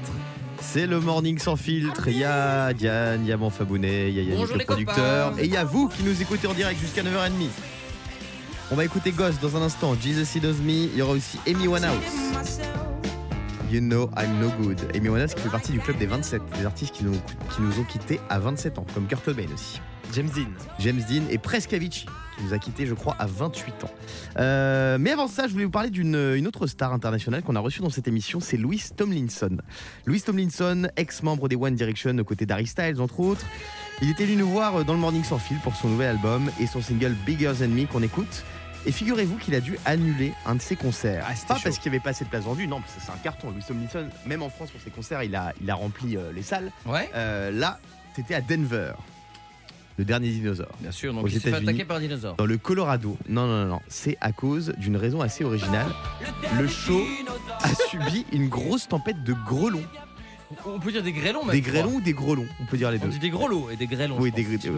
C: C'est le morning sans filtre. Il y a Diane, il y a mon Fabounet, il y a Yannick
B: Bonjour
C: le
B: les
C: producteur.
B: copains.
C: Et il y a vous qui nous écoutez en direct jusqu'à 9h30. On va écouter Ghost dans un instant. Jesus He Knows Me. Il y aura aussi Amy Winehouse. You know I'm no good. Amy Winehouse qui fait partie du club des 27, des artistes qui nous, qui nous ont quittés à 27 ans, comme Kurt Cobain aussi.
E: James Dean.
C: James Dean et presque Avicii, qui nous a quittés, je crois, à 28 ans. Euh, mais avant ça, je voulais vous parler d'une une autre star internationale qu'on a reçue dans cette émission, c'est Louis Tomlinson. Louis Tomlinson, ex-membre des One Direction aux côtés d'Harry Styles, entre autres. Il était venu nous voir dans le Morning Sans Fil pour son nouvel album et son single Bigger Than Me qu'on écoute. Et figurez-vous qu'il a dû annuler un de ses concerts.
E: Ah, c'était
C: pas
E: chaud.
C: parce qu'il n'y avait pas assez de place vendue, non, parce que c'est un carton. Louis Tomlinson, même en France pour ses concerts, il a, il a rempli euh, les salles.
B: Ouais,
C: Euh, là, c'était à Denver, le dernier dinosaure
B: bien sûr, donc
C: Aux
B: il s'est fait
C: États-Unis.
B: attaquer par un dinosaure.
C: dans le Colorado. Non, non, non, non. c'est à cause d'une raison assez originale. Le show a subi une grosse tempête de grelons.
B: On peut dire des
E: Oh,
B: grêlons, même.
C: Des
B: je crois.
C: grêlons ou des grelons On peut dire les
B: On
C: deux.
B: dit des gros lots et des grêlons.
C: Oui,
B: je
C: des euh,
B: pense,
C: grêlons,
B: si je peux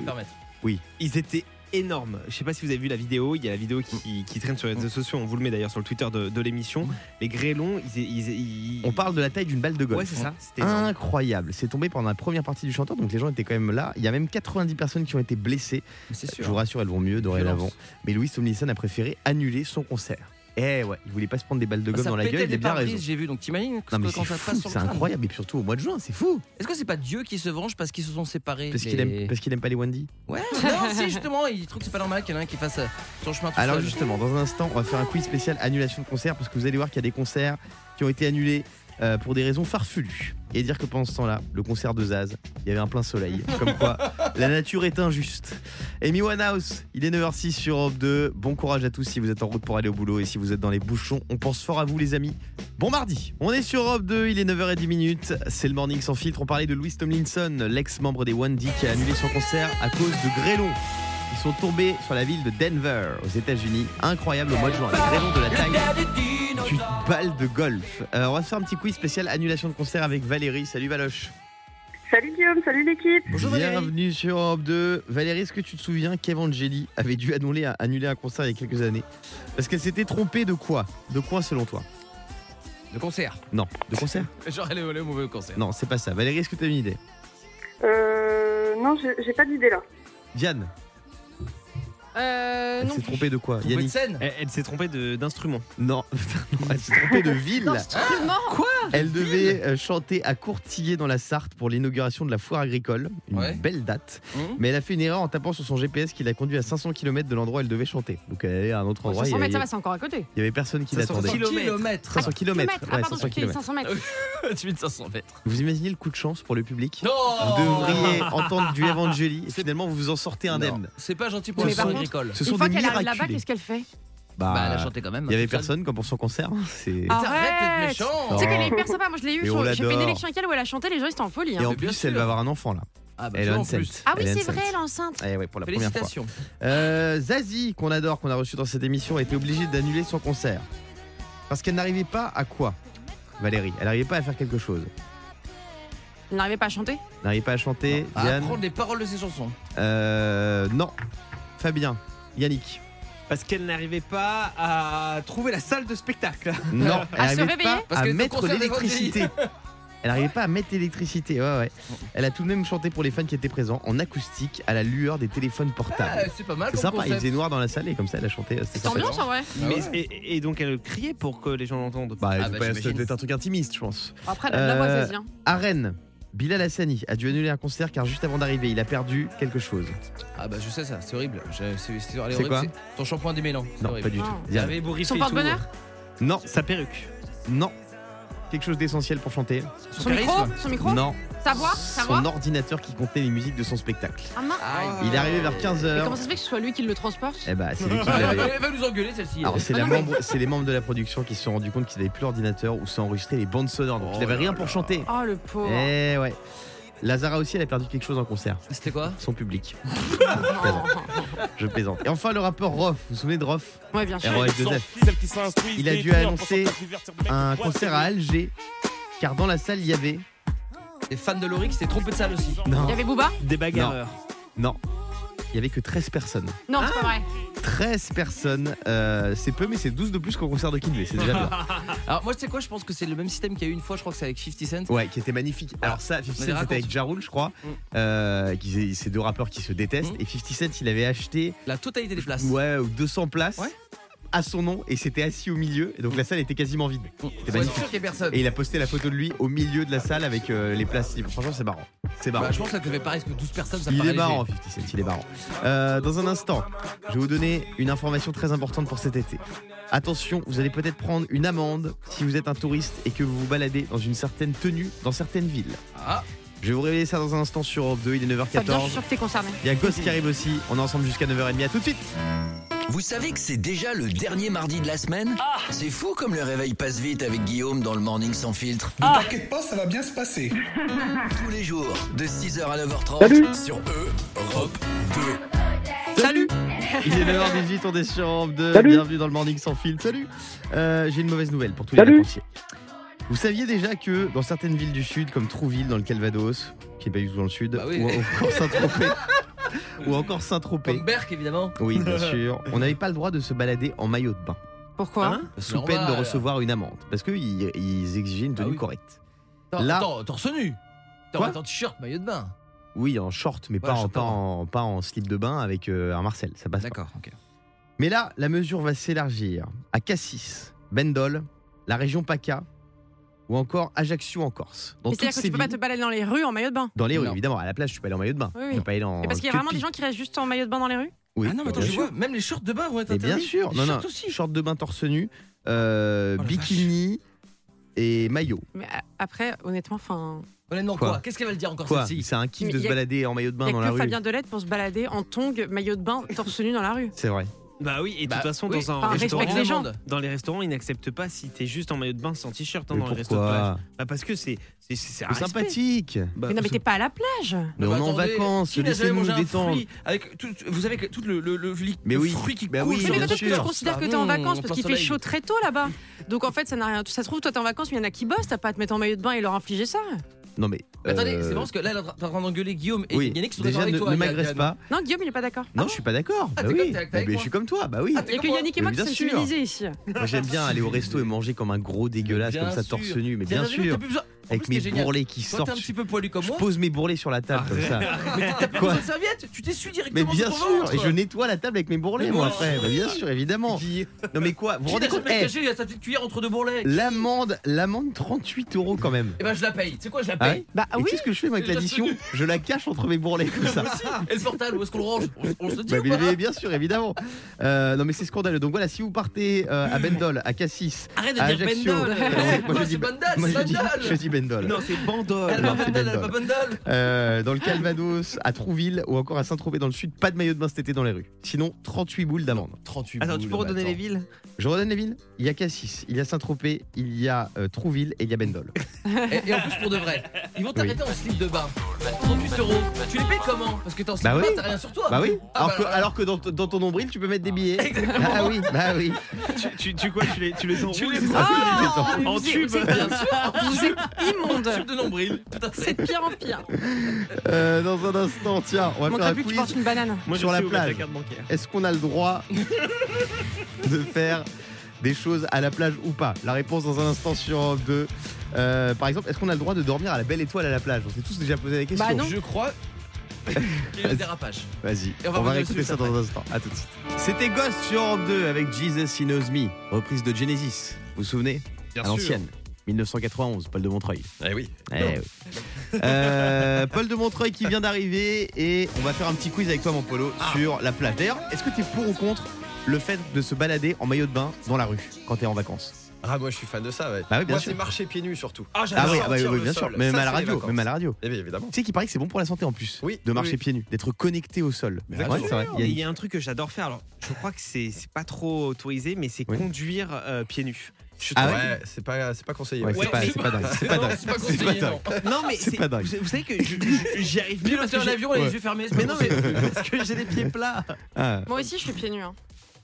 C: oui.
B: me permettre.
E: Ils étaient énormes. Je sais pas si vous avez vu la vidéo. Il y a la vidéo qui, qui traîne sur les réseaux sociaux. On vous le met d'ailleurs sur le Twitter de, de l'émission. Les grêlons, ils, ils- ils-
C: On parle de la taille d'une balle de golf. hein.
E: Ouais, c'est ça. C'était énorme.
C: Incroyable, c'est tombé pendant la première partie du chanteur, donc les gens étaient quand même là. Il y a même 90 personnes qui ont été blessées.
B: Mais C'est
C: Je vous
B: sûr. hein.
C: rassure, elles vont mieux dorénavant. Mais Louis Tomlinson a préféré annuler son concert. Eh ouais, il voulait pas se prendre des balles de gomme
B: Ça
C: dans la
B: pétait
C: gueule, il a
B: des
C: bien
B: pare-brises,
C: raison.
B: j'ai vu, donc t'imagines
C: Non mais
B: quand ça
C: c'est fou,
B: passe sur le
C: c'est
B: crâne.
C: incroyable et puis surtout au mois de juin, c'est fou.
B: Est-ce que c'est pas Dieu qui se venge parce qu'ils se sont séparés
C: Parce
B: les-
C: qu'il aime, parce qu'il aime pas les Wendy.
B: Ouais, non, si justement, il trouve que c'est pas normal qu'il y en ait un qui fasse euh, son chemin tout
C: Alors
B: seul.
C: justement, dans un instant, on va faire un quiz spécial annulation de concert parce que vous allez voir qu'il y a des concerts qui ont été annulés euh, pour des raisons farfelues. Et dire que pendant ce temps-là, le concert de Zaz, il y avait un plein soleil. Comme quoi, la nature est injuste. Amy Winehouse, il est 9h06 sur Europe 2. Bon courage à tous si vous êtes en route pour aller au boulot et si vous êtes dans les bouchons. On pense fort à vous les amis. Bon mardi, on est sur Europe 2, il est 9h10 minutes. C'est le morning sans filtre. On parlait de Louis Tomlinson, l'ex-membre des One D qui a annulé son concert à cause de grêlons. Ils sont tombés sur la ville de Denver, aux États-Unis. Incroyable au mois de juin. Des grêlons de la taille d'une balle de golf. Euh, on va se faire un petit quiz spécial annulation de concert avec Valérie. Salut Valoche.
H: Salut Guillaume, salut l'équipe.
B: Bonjour Valérie.
C: Bienvenue sur Europe 2. Valérie, est-ce que tu te souviens qu'Evangeli avait dû annuler, annuler un concert il y a quelques années Parce qu'elle s'était trompée de quoi De quoi selon toi
B: Le concert.
C: Non. De concert
B: Genre le, le mauvais concert.
C: Non, c'est pas ça. Valérie, est-ce que tu as une idée
H: Euh, non, j'ai j'ai pas d'idée là.
C: Diane,
D: Euh,
C: elle
D: non.
C: s'est trompée de quoi
B: Trompé de
C: Yannick
B: scène.
E: Elle, elle s'est trompée de- d'instrument.
C: Non, non, elle s'est trompée de ville.
D: Instrument
C: Elle devait euh, chanter à Courtillé dans la Sarthe pour l'inauguration de la foire agricole, une
B: Ouais.
C: belle date.
B: Mhm.
C: Mais elle a fait une erreur en tapant sur son GPS qui l'a conduit à 500 km de l'endroit où elle devait chanter. Donc elle est allée à un autre endroit, il y
D: 500 Oh, mètres, ça
C: avait,
D: va, bah, c'est encore à côté.
C: il y avait personne qui
E: 500
C: l'attendait.
E: kilomètres.
B: Kilomètres.
C: 500 km,
D: Kilomètres. Ah, pardon,
C: 500
D: ok,
C: km.
D: 500 mètres.
B: Tu mets 500 mètres.
C: Vous imaginez le coup de chance pour le public
B: Non
C: Vous devriez entendre du Evangeli et finalement vous vous en sortez indemne.
B: Non, C'est pas gentil pour
C: Mais
B: le
C: par
B: son
C: contre-
B: agricole.
C: Ce sont
D: Une fois
C: des
D: qu'elle arrive là-bas,
C: miraculés.
D: qu'est-ce qu'elle fait
B: Bah, elle a
C: Bah,
B: chanté quand même.
C: il y avait
B: toute seule.
C: personne comme pour son concert. hein, c'est-
D: Ah.
B: Arrête d'être
D: Arrête.
B: méchant.
D: Tu sais
C: Oh.
D: qu'elle est hyper sympa. Moi, je l'ai eu.
C: Mais on
D: sur- J'ai fait une
C: l'adore.
D: élection avec elle où elle a chanté. Les gens, ils étaient en folie. hein.
C: Et en
B: Mais bien
C: plus, elle
B: sûr.
C: va avoir un enfant là.
B: Ah bah,
C: Elle est
B: tu vois, en
C: enceinte.
B: plus.
D: Ah oui,
C: Elle est
D: c'est vrai,
C: enceinte.
D: l'enceinte.
C: Eh ouais, pour la première fois.
B: Félicitations.
C: Euh, Zazie, qu'on adore, qu'on a reçu dans cette émission, a été obligée d'annuler son concert. Parce qu'elle n'arrivait pas à quoi Valérie, elle n'arrivait pas à faire quelque chose.
D: Elle n'arrivait pas à chanter.
C: Elle n'arrivait pas à chanter.
B: À
C: Diane
B: apprendre Ah, les paroles de ses chansons.
C: Euh, Non. Fabien Yannick
E: Parce qu'elle n'arrivait pas à trouver la salle de spectacle.
C: Non. Elle
D: À
C: n'arrivait
D: se
C: pas
D: réveiller
B: Parce
C: à
B: qu'elle était au
C: mettre
B: concert
C: l'électricité. Elle n'arrivait pas à mettre l'électricité. Ouais, ouais. Elle a tout de même chanté pour les fans qui étaient présents en acoustique à la lueur des téléphones
B: Ah,
C: portables.
B: c'est pas mal.
C: C'est
B: comme
C: sympa, il
B: concept.
C: faisait noir dans la salle et comme ça elle a chanté. euh, C'était
D: C'est
C: sympa.
D: ambiance en vrai.
B: Ah ouais.
E: Mais, et, et donc elle criait pour que les gens l'entendent.
C: Bah,
B: Ah,
C: c'est
B: bah,
C: pas-
B: j'imagine.
C: c'était un truc intimiste, je pense.
D: Après, elle a de la voix,
C: Euh,
D: Zazie. hein.
C: À Rennes, Bilal Hassani a dû annuler un concert car juste avant d'arriver, il a perdu quelque chose.
B: Ah bah je sais ça, c'est horrible. Je- C'est c'est- elle est
C: C'est
B: horrible,
C: quoi
B: c'est- Ton shampoing démêlant. c'est
C: Non,
B: horrible. Ah.
C: pas du
D: Non.
C: tout.
E: Elle
C: Diane.
E: avait bourriffé
D: Son
E: et
D: porte-bonheur
C: Non,
E: tout. Sa perruque.
C: non. Quelque chose d'essentiel pour chanter.
D: Son micro Son micro
C: non.
D: Sa voix Sa voix
C: Son ordinateur qui contenait les musiques de son spectacle.
D: Ah mince.
B: Aïe.
C: Il est arrivé vers
D: Mais
C: 15h.
D: comment ça se fait que ce soit lui qui le transporte
C: Eh bah, c'est lui qui
B: Ah, elle,
C: l'avait.
B: va- elle va nous engueuler celle-ci.
C: Alors, c'est,
D: Ah
C: la
D: non,
C: membre- c'est les membres de la production qui se sont rendus compte qu'ils n'avaient plus l'ordinateur où s'enregistraient les bandes sonores. Donc,
B: Oh
C: il n'avait
B: là
C: rien
B: là.
C: pour chanter.
D: Oh le pauvre.
C: Eh ouais. Lazara aussi, elle a perdu quelque chose en concert.
B: C'était quoi
C: Son public.
D: Ah, Non.
C: Je plaisante. Et enfin, le rappeur Rof. Vous vous souvenez de Rof
D: ouais, bien sûr.
C: ROF2F. Il a dû annoncer un concert à Alger. Car dans la salle, il y avait.
B: Les fans de Lorix s'étaient trompés de salle aussi.
C: Non.
D: Il y avait Booba
E: Des bagarreurs.
C: Non. Il y avait que 13 personnes.
D: Non, c'est pas vrai.
C: Ah, 13 personnes. euh, c'est peu, mais c'est 12 de plus qu'au concert de Kinvey. C'est déjà bien.
B: Alors moi, tu sais quoi Je pense que c'est le même système qu'il y a eu une fois, je crois que c'est avec 50 Cent.
C: Ouais, qui était magnifique. Alors ça, 50 Cent,
B: Mais
C: c'était
B: raconte.
C: avec Jarul, je crois.
B: Mm.
C: Euh, qui- c'est deux rappeurs qui se détestent.
B: Mm.
C: Et 50 Cent, il avait acheté
B: La totalité des places.
C: ouais, 200 places
B: Ouais.
C: à son nom et s'était assis au milieu. Et donc la salle était quasiment vide.
B: Faut être
C: magnifique.
B: sûr qu'il y ait personne.
C: Et Eh ben, il a posté la photo de lui au milieu de la salle avec euh, les places libres. Franchement, c'est marrant. C'est marrant.
B: Bah, je pense que ça devait paraître que 12 personnes, ça me
C: Il
B: paraît
C: est
B: léger.
C: marrant, 50 Cent, il est marrant. Euh, dans un instant, je vais vous donner une information très importante pour cet été. Attention, vous allez peut-être prendre une amende si vous êtes un touriste et que vous vous baladez dans une certaine tenue dans certaines villes.
B: Ah,
C: Je vais vous révéler ça dans un instant sur Europe 2, il est
D: Fabien, je suis
C: 9h14.
D: sûr que t'es concerné.
C: Il y a Ghost qui arrive aussi, on est ensemble jusqu'à 9h30, à tout de suite
G: Vous savez que c'est déjà le dernier mardi de la semaine C'est fou comme le réveil passe vite avec Guillaume dans le Morning sans filtre.
J: T'inquiète pas, ça va bien se passer.
G: Tous les jours, de 6h à 9h30 sur E, Europe 2.
C: Salut Il est 9h18, on est sur Europe 2,
A: Salut.
C: bienvenue dans le Morning sans fil, salut Euh, J'ai une mauvaise nouvelle pour tous les
A: Salut.
C: vacanciers. Vous saviez déjà que dans certaines villes du sud, comme Trouville dans le Calvados, qui n'est pas du tout dans le sud,
B: Bah oui.
C: ou encore Saint-Tropez, ou encore Saint-Tropez,
B: comme Berck évidemment.
C: oui bien sûr, on n'avait pas le droit de se balader en maillot de bain,
D: Pourquoi
C: sous peine de recevoir une amende, parce qu'ils ils exigeaient une
B: Ah
C: tenue
B: oui.
C: correcte. Là-
B: Là. Attends, torse nu. Attends,
C: Quoi
B: attends, t-shirt, maillot de bain.
C: Oui, en short, mais
B: Ouais,
C: pas, en,
B: short, hein.
C: pas,
B: pardon.
C: en, pas en slip de bain avec euh, un Marcel. Ça passe. pas.
B: D'accord, ok.
C: Mais là, la mesure va s'élargir à Cassis, Bendol, la région PACA ou encore Ajaccio en Corse. Dans
D: Mais
C: toutes
D: C'est-à-dire que
C: ces
D: tu peux pas
C: villes,
D: te balader dans les rues en maillot de bain.
C: dans les rues,
B: Non.
C: évidemment. À la plage, je suis pas allé en maillot de bain.
D: Oui,
C: Je
D: oui.
C: suis pas allé en.
D: Mais parce qu'il y a
C: que
D: vraiment des
C: pi-
D: gens qui restent juste en maillot de bain dans les rues
C: Oui,
B: ah non, mais attends,
C: bien
B: je
C: sûr.
B: vois, même les shorts de bain vont être
C: Mais bien
B: interdits.
C: sûr,
B: Les
C: non, non,
B: shorts aussi.
C: short de bain torse nu, euh,
B: Oh la
C: bikini et maillot.
D: Mais a- après, honnêtement, enfin,
B: Honnêtement,
C: Quoi
B: quoi Qu'est-ce qu'elle va le dire encore
C: Quoi
B: celle-ci
C: C'est un kiff
D: Mais
C: de se
D: y a-
C: balader en maillot de
D: il
C: bain
D: y
C: dans
D: a
C: la
D: que
C: rue.
D: Fabien Delette pour se balader en tongs, maillot de bain, torse nu dans la rue.
C: C'est vrai.
E: Bah oui, et de
B: Bah,
E: toute façon,
B: oui,
E: dans un
D: enfin, respecte
E: restaurant,
D: les gens.
E: dans les restaurants, ils n'acceptent pas si t'es juste en maillot de bain sans t-shirt hein,
C: Mais
E: dans les restos de plage.
C: pourquoi
E: Bah parce que c'est c'est c'est un
C: C'est
E: respect.
C: sympathique.
E: Bah,
D: Mais non, mais t'es pas à la plage
C: Mais
B: Non,
C: on est
B: mais
C: en
B: bah attendez,
C: vacances,
B: qui n'a jamais
C: laissez-nous
B: mangé
C: nous
B: un
C: détendre.
B: fruit avec tout, vous savez que tout le, le, le, le-
C: Mais
B: le
C: oui,
B: fruit qui
C: bah
B: coule
C: oui,
B: sur
D: Oui,
B: le
D: mais
C: bien
D: toi,
B: dessus.
D: tu
C: sûr. Ah
D: considères que t'es
B: Pardon,
D: en vacances
B: on
D: parce
B: pense
D: qu'il fait
B: soleil.
D: chaud très tôt là-bas. Donc en fait, ça n'a rien. Ça se trouve, toi, t'es en vacances, mais il y en a qui bossent, t'as pas à te mettre en maillot de bain et leur infliger ça.
C: Non mais.
B: Mais Attendez,
C: euh,
B: c'est bon parce que là, elle est en train d'engueuler Guillaume et
C: Oui,
B: Yannick qui sont d'accord
C: déjà
B: avec
C: ne,
B: toi.
C: ne
B: Yann-
C: m'agresse
B: Yann.
C: pas.
D: Non, Guillaume, il est pas d'accord.
C: Non, je suis pas d'accord.
B: Ah,
C: bah
B: t'es
C: oui.
B: comme- t'es avec
C: Bah, mais
B: moi.
C: je suis comme toi. Bah oui.
B: Ah, t'es
D: Il y a que
B: comme moi.
D: Yannick et moi
C: Mais
D: qui
C: bien
D: sommes
C: sûr. Ah,
D: civilisés ici.
C: Moi, j'aime bien aller au resto et manger comme un gros dégueulasse
B: Bien
C: comme ça
B: sûr.
C: torse nu. Mais bien
B: T'as raison,
C: sûr.
B: t'as plus besoin- en
C: Avec
B: plus, ce
C: mes
B: qui est génial,
C: bourrelets qui
B: Quand t'es
C: sortent.
B: un petit peu poilu comme
C: Je
B: moi, Ah,
C: pose mes bourrelets sur la table comme ça.
B: mais t'as pas
C: Quoi
B: besoin de serviette, tu t'essuies
C: Mais
B: directement
C: bien
B: sur ton
C: sûr,
B: ventre.
C: et je nettoie la table avec mes bourrelets,
B: Mais
C: moi,
B: bien
C: après. Bah, bien sûr, évidemment.
B: Qui
C: Non, mais quoi Vous vous
B: qui n'a
C: rendez compte
B: jamais
C: Eh,
B: caché il a sa petite cuillère entre deux bourrelets
C: L'amende, l'amende 38 euros quand même.
B: Eh ben je la paye, tu sais quoi, je la
C: Ah
B: paye.
D: Bah
C: et
D: oui,
C: qu'est-ce que je fais moi, avec
B: C'est déjà
C: l'addition
B: tenu.
C: Je la cache entre mes bourrelets comme ça.
B: Et le portable, où est-ce qu'on le range on, on se le dit
C: Bah,
B: ou
C: mais,
B: pas
C: mais bien sûr, évidemment. Euh, non, mais c'est scandaleux. Donc voilà, si vous partez euh, à Bendol, à Cassis,
B: Arrête de
C: à
B: dire
C: Ajaccio,
B: Bendol
C: Alors,
B: Eh,
C: moi, je
B: quoi,
C: dis-
B: C'est Bandal,
C: moi
B: c'est
C: je dis, je
B: Bandal
C: dis Bendol.
E: Ah, Non, c'est bandol.
B: Elle
C: Non,
B: va
C: c'est
B: Bandal, elle va
C: Bandol.
B: Bandal
C: Euh, dans le Calvados, à Trouville ou encore à Saint-Tropez dans le sud, pas de maillot de bain cet été dans les rues. Sinon, 38 boules d'amende.
B: 38
E: Attends, tu peux redonner les villes
C: Je redonne les villes. Il y a Cassis, il y a Saint-Tropez, il y a euh, Trouville et il y a Bendol.
E: Ah
B: Et, et en plus pour de vrai, ils vont t'arrêter en slip de bain. Bah, 38 euros, tu les payes comment Parce que t'es en slip
C: Bah
B: de bain,
C: oui.
B: t'as rien sur toi.
C: Bah oui.
B: Ah,
C: alors,
B: bah,
C: que,
B: alors.
C: alors que dans, t- dans ton nombril, tu peux mettre des billets. Ah oui, bah oui.
E: tu, tu, tu quoi Tu les, tu les enroules
B: Tu les
E: c'est
B: prends
E: ça
D: Ah,
E: En
D: vous êtes-
E: tube.
D: vous êtes-
B: Bien sûr,
D: vous êtes
B: slip
D: immonde.
B: de nombril, tout à fait.
D: C'est de pire en pire.
C: Euh, dans un instant, tiens, on va
D: Mon
C: faire un
D: plus que tu
C: quiz.
D: portes une banane.
E: Moi, je
C: Sur la
E: sais où bah, mettre
C: plage.
E: carte bancaire.
C: Est-ce qu'on a le droit de faire des choses à la plage ou pas La réponse dans un instant sur Europe 2. Euh, par exemple, est-ce qu'on a le droit de dormir à la belle étoile à la plage On s'est tous déjà posé la question.
D: Bah non.
B: Je crois qu'il y a eu un dérapage.
C: Vas-y,
B: Et
C: on
B: on
C: va,
B: va revenir
C: réécouter
B: dessus
C: ça dans un instant. À tout de suite. C'était Ghost sur Europe 2 avec Jesus He Knows Me, reprise de Genesis. Vous vous souvenez
E: Bien
C: À
E: sûr.
C: l'ancienne, 1991, Paul de Montreuil.
E: Eh oui.
C: Eh oui. Euh, Paul de Montreuil qui vient d'arriver et on va faire un petit quiz avec toi mon Polo
K: Ah.
C: sur la plage. D'ailleurs, est-ce que tu es pour ou contre le fait de se balader en maillot de bain dans la rue quand t'es en vacances
K: Ah, moi je suis fan de ça, ouais.
C: Bah oui, bien
K: moi
C: sûr.
K: c'est marcher pieds nus surtout.
E: Ah,
C: Ah
E: j'adore.
C: oui,
K: sortir
C: ah bah oui, oui,
K: le
C: bien
K: sol.
C: sûr, même à
K: Ça,
C: la
K: c'est les
C: radio,
K: vacances.
C: même à la radio.
K: Eh bien évidemment.
C: Tu sais qu'il paraît que c'est bon pour la santé en plus
K: Oui,
C: de marcher
K: oui.
C: pieds nus, d'être connecté au sol. Ah
K: Exactement.
C: Ouais, c'est vrai. Il y a-
E: Il y a un truc que j'adore faire. Alors, je crois que c'est c'est pas trop autorisé, mais c'est
C: Oui.
E: conduire euh, pieds nus. Je
C: Ah
E: trouve
C: ouais
K: ouais, c'est pas, c'est pas conseillé.
C: Ouais,
K: ouais.
C: c'est pas- c'est pas dingue, c'est pas dingue.
B: C'est pas
C: C'est pas
B: conseillé,
C: dingue.
B: non.
E: Non, mais
C: C'est pas dingue.
E: Vous, vous savez que je- je- j'y arrive mieux parce
B: Piloter
E: que
B: un
E: j'ai-
B: avion et
C: Ouais.
B: les yeux fermés, c'est
E: Mais
B: pas
E: non, mais parce que j'ai les pieds plats.
C: Ah,
D: Moi aussi, je suis pieds nus. hein.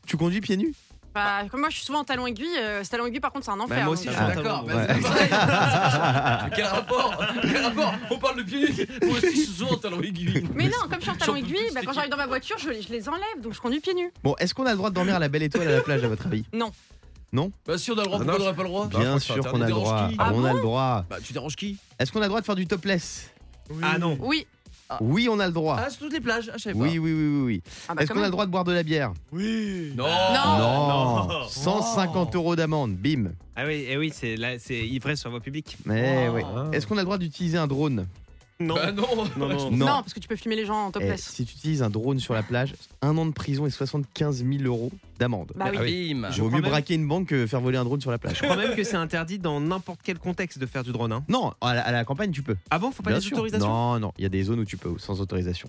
C: tu conduis pieds nus
D: Bah, comme moi, je suis souvent en talon aiguille. euh, ce talon aiguille, par contre,
C: Bah,
D: c'est un enfer.
E: moi aussi,
D: donc,
E: je
D: euh,
E: suis
B: Ah, D'accord,
E: Ouais.
B: bah, c'est pareil. Quel rapport Quel rapport On parle de pieds nus. Moi aussi, je suis souvent en talon aiguille.
D: Mais non, comme je suis en
B: J'en
D: talon
B: peux
D: aiguille,
B: plus,
D: bah,
B: c'est
D: quand
B: qui
D: j'arrive dans ma voiture, je, je les enlève, donc je conduis pieds nus.
C: Bon, est-ce qu'on a le droit de dormir à la belle étoile à la plage à votre avis
B: Bah, si on a le droit,
K: Ah,
B: pourquoi on
K: non,
B: n'aurait pas le droit
K: je
C: Bien
K: crois que c'est
C: sûr qu'on a le
B: interdit.
C: droit.
B: Dérange qui
K: Ah
C: on a le droit.
B: Bah, tu déranges qui
C: Est-ce qu'on a le droit de faire du topless
E: Ah non.
D: Oui.
C: Oui, on a le droit.
B: Ah, sur toutes les plages, ah, je savais pas.
C: Oui, oui, oui, oui, oui.
D: Ah bah,
C: Est-ce
D: quand
C: qu'on a
D: même.
C: le droit de boire de la bière
K: Oui.
B: Non
C: Non,
E: non.
C: 150 euros d'amende, bim.
E: Ah oui, eh oui, c'est là, c'est ivresse sur la voie publique.
C: Mais
B: Oh.
C: Eh, oui. Est-ce qu'on a le droit d'utiliser un drone
E: Non.
B: Bah, non
E: Non, non.
D: Non. parce que tu peux filmer les gens en
C: Eh,
D: topless.
C: si tu utilises un drone sur la plage, un an de prison et 75 000 euros d'amende.
D: Bah oui.
B: Bim.
E: Je
C: Vaut
E: crois
C: mieux
E: même-
C: braquer une banque que faire voler un drone sur la plage.
E: Je crois même que c'est interdit dans n'importe quel contexte de faire du drone. Hein.
C: Non, à la, à la campagne, tu peux.
E: Ah bon, faut pas
C: Bien
E: des
C: sûr.
E: autorisations
C: Non, non, il y a des zones où tu peux sans autorisation.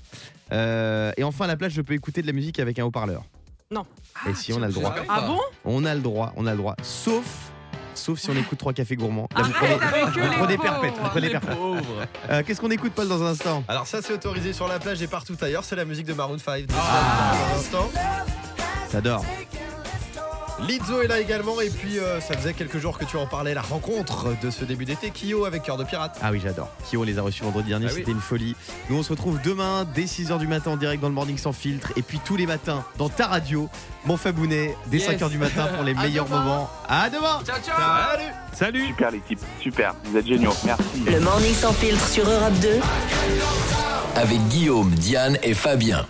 C: Euh, et enfin, à la plage, je peux écouter de la musique avec un haut-parleur.
D: Non.
C: et si, on a le droit.
B: j'espère.
D: Ah bon
C: On a le droit, on a le droit. Sauf, sauf si on écoute trois cafés gourmands. Là, vous
D: Arrête
C: prenez-
D: avec eux,
C: vous
D: les
C: prenez
D: pauvres.
C: perpète,
B: Ah,
C: vous prenez perpète.
K: Pauvre.
C: Euh, Qu'est-ce qu'on écoute, Paul, dans un instant
K: Alors ça c'est autorisé sur la plage et partout ailleurs, c'est la musique de Maroon 5. désolé
C: Ah.
K: pour l'instant.
C: J'adore.
K: Lizzo est là également et puis euh, ça faisait quelques jours que tu en parlais, la rencontre de ce début d'été, Kyo avec Cœur de Pirate.
C: Ah oui, j'adore. Qui on les a reçus vendredi dernier,
K: Ah oui.
C: c'était une folie. Nous, on se retrouve demain dès 6h du matin en direct dans le Morning Sans Filtre. Et puis tous les matins dans ta radio, mon Fabounet, dès
B: Yes.
C: 5h du matin pour les
B: À
C: meilleurs
B: demain.
C: moments. À demain
B: Ciao, ciao
K: Salut
E: Salut
A: Super l'équipe, super, vous êtes géniaux, merci.
F: Le Morning Sans Filtre sur Europe 2.
G: Avec Guillaume, Diane et Fabien.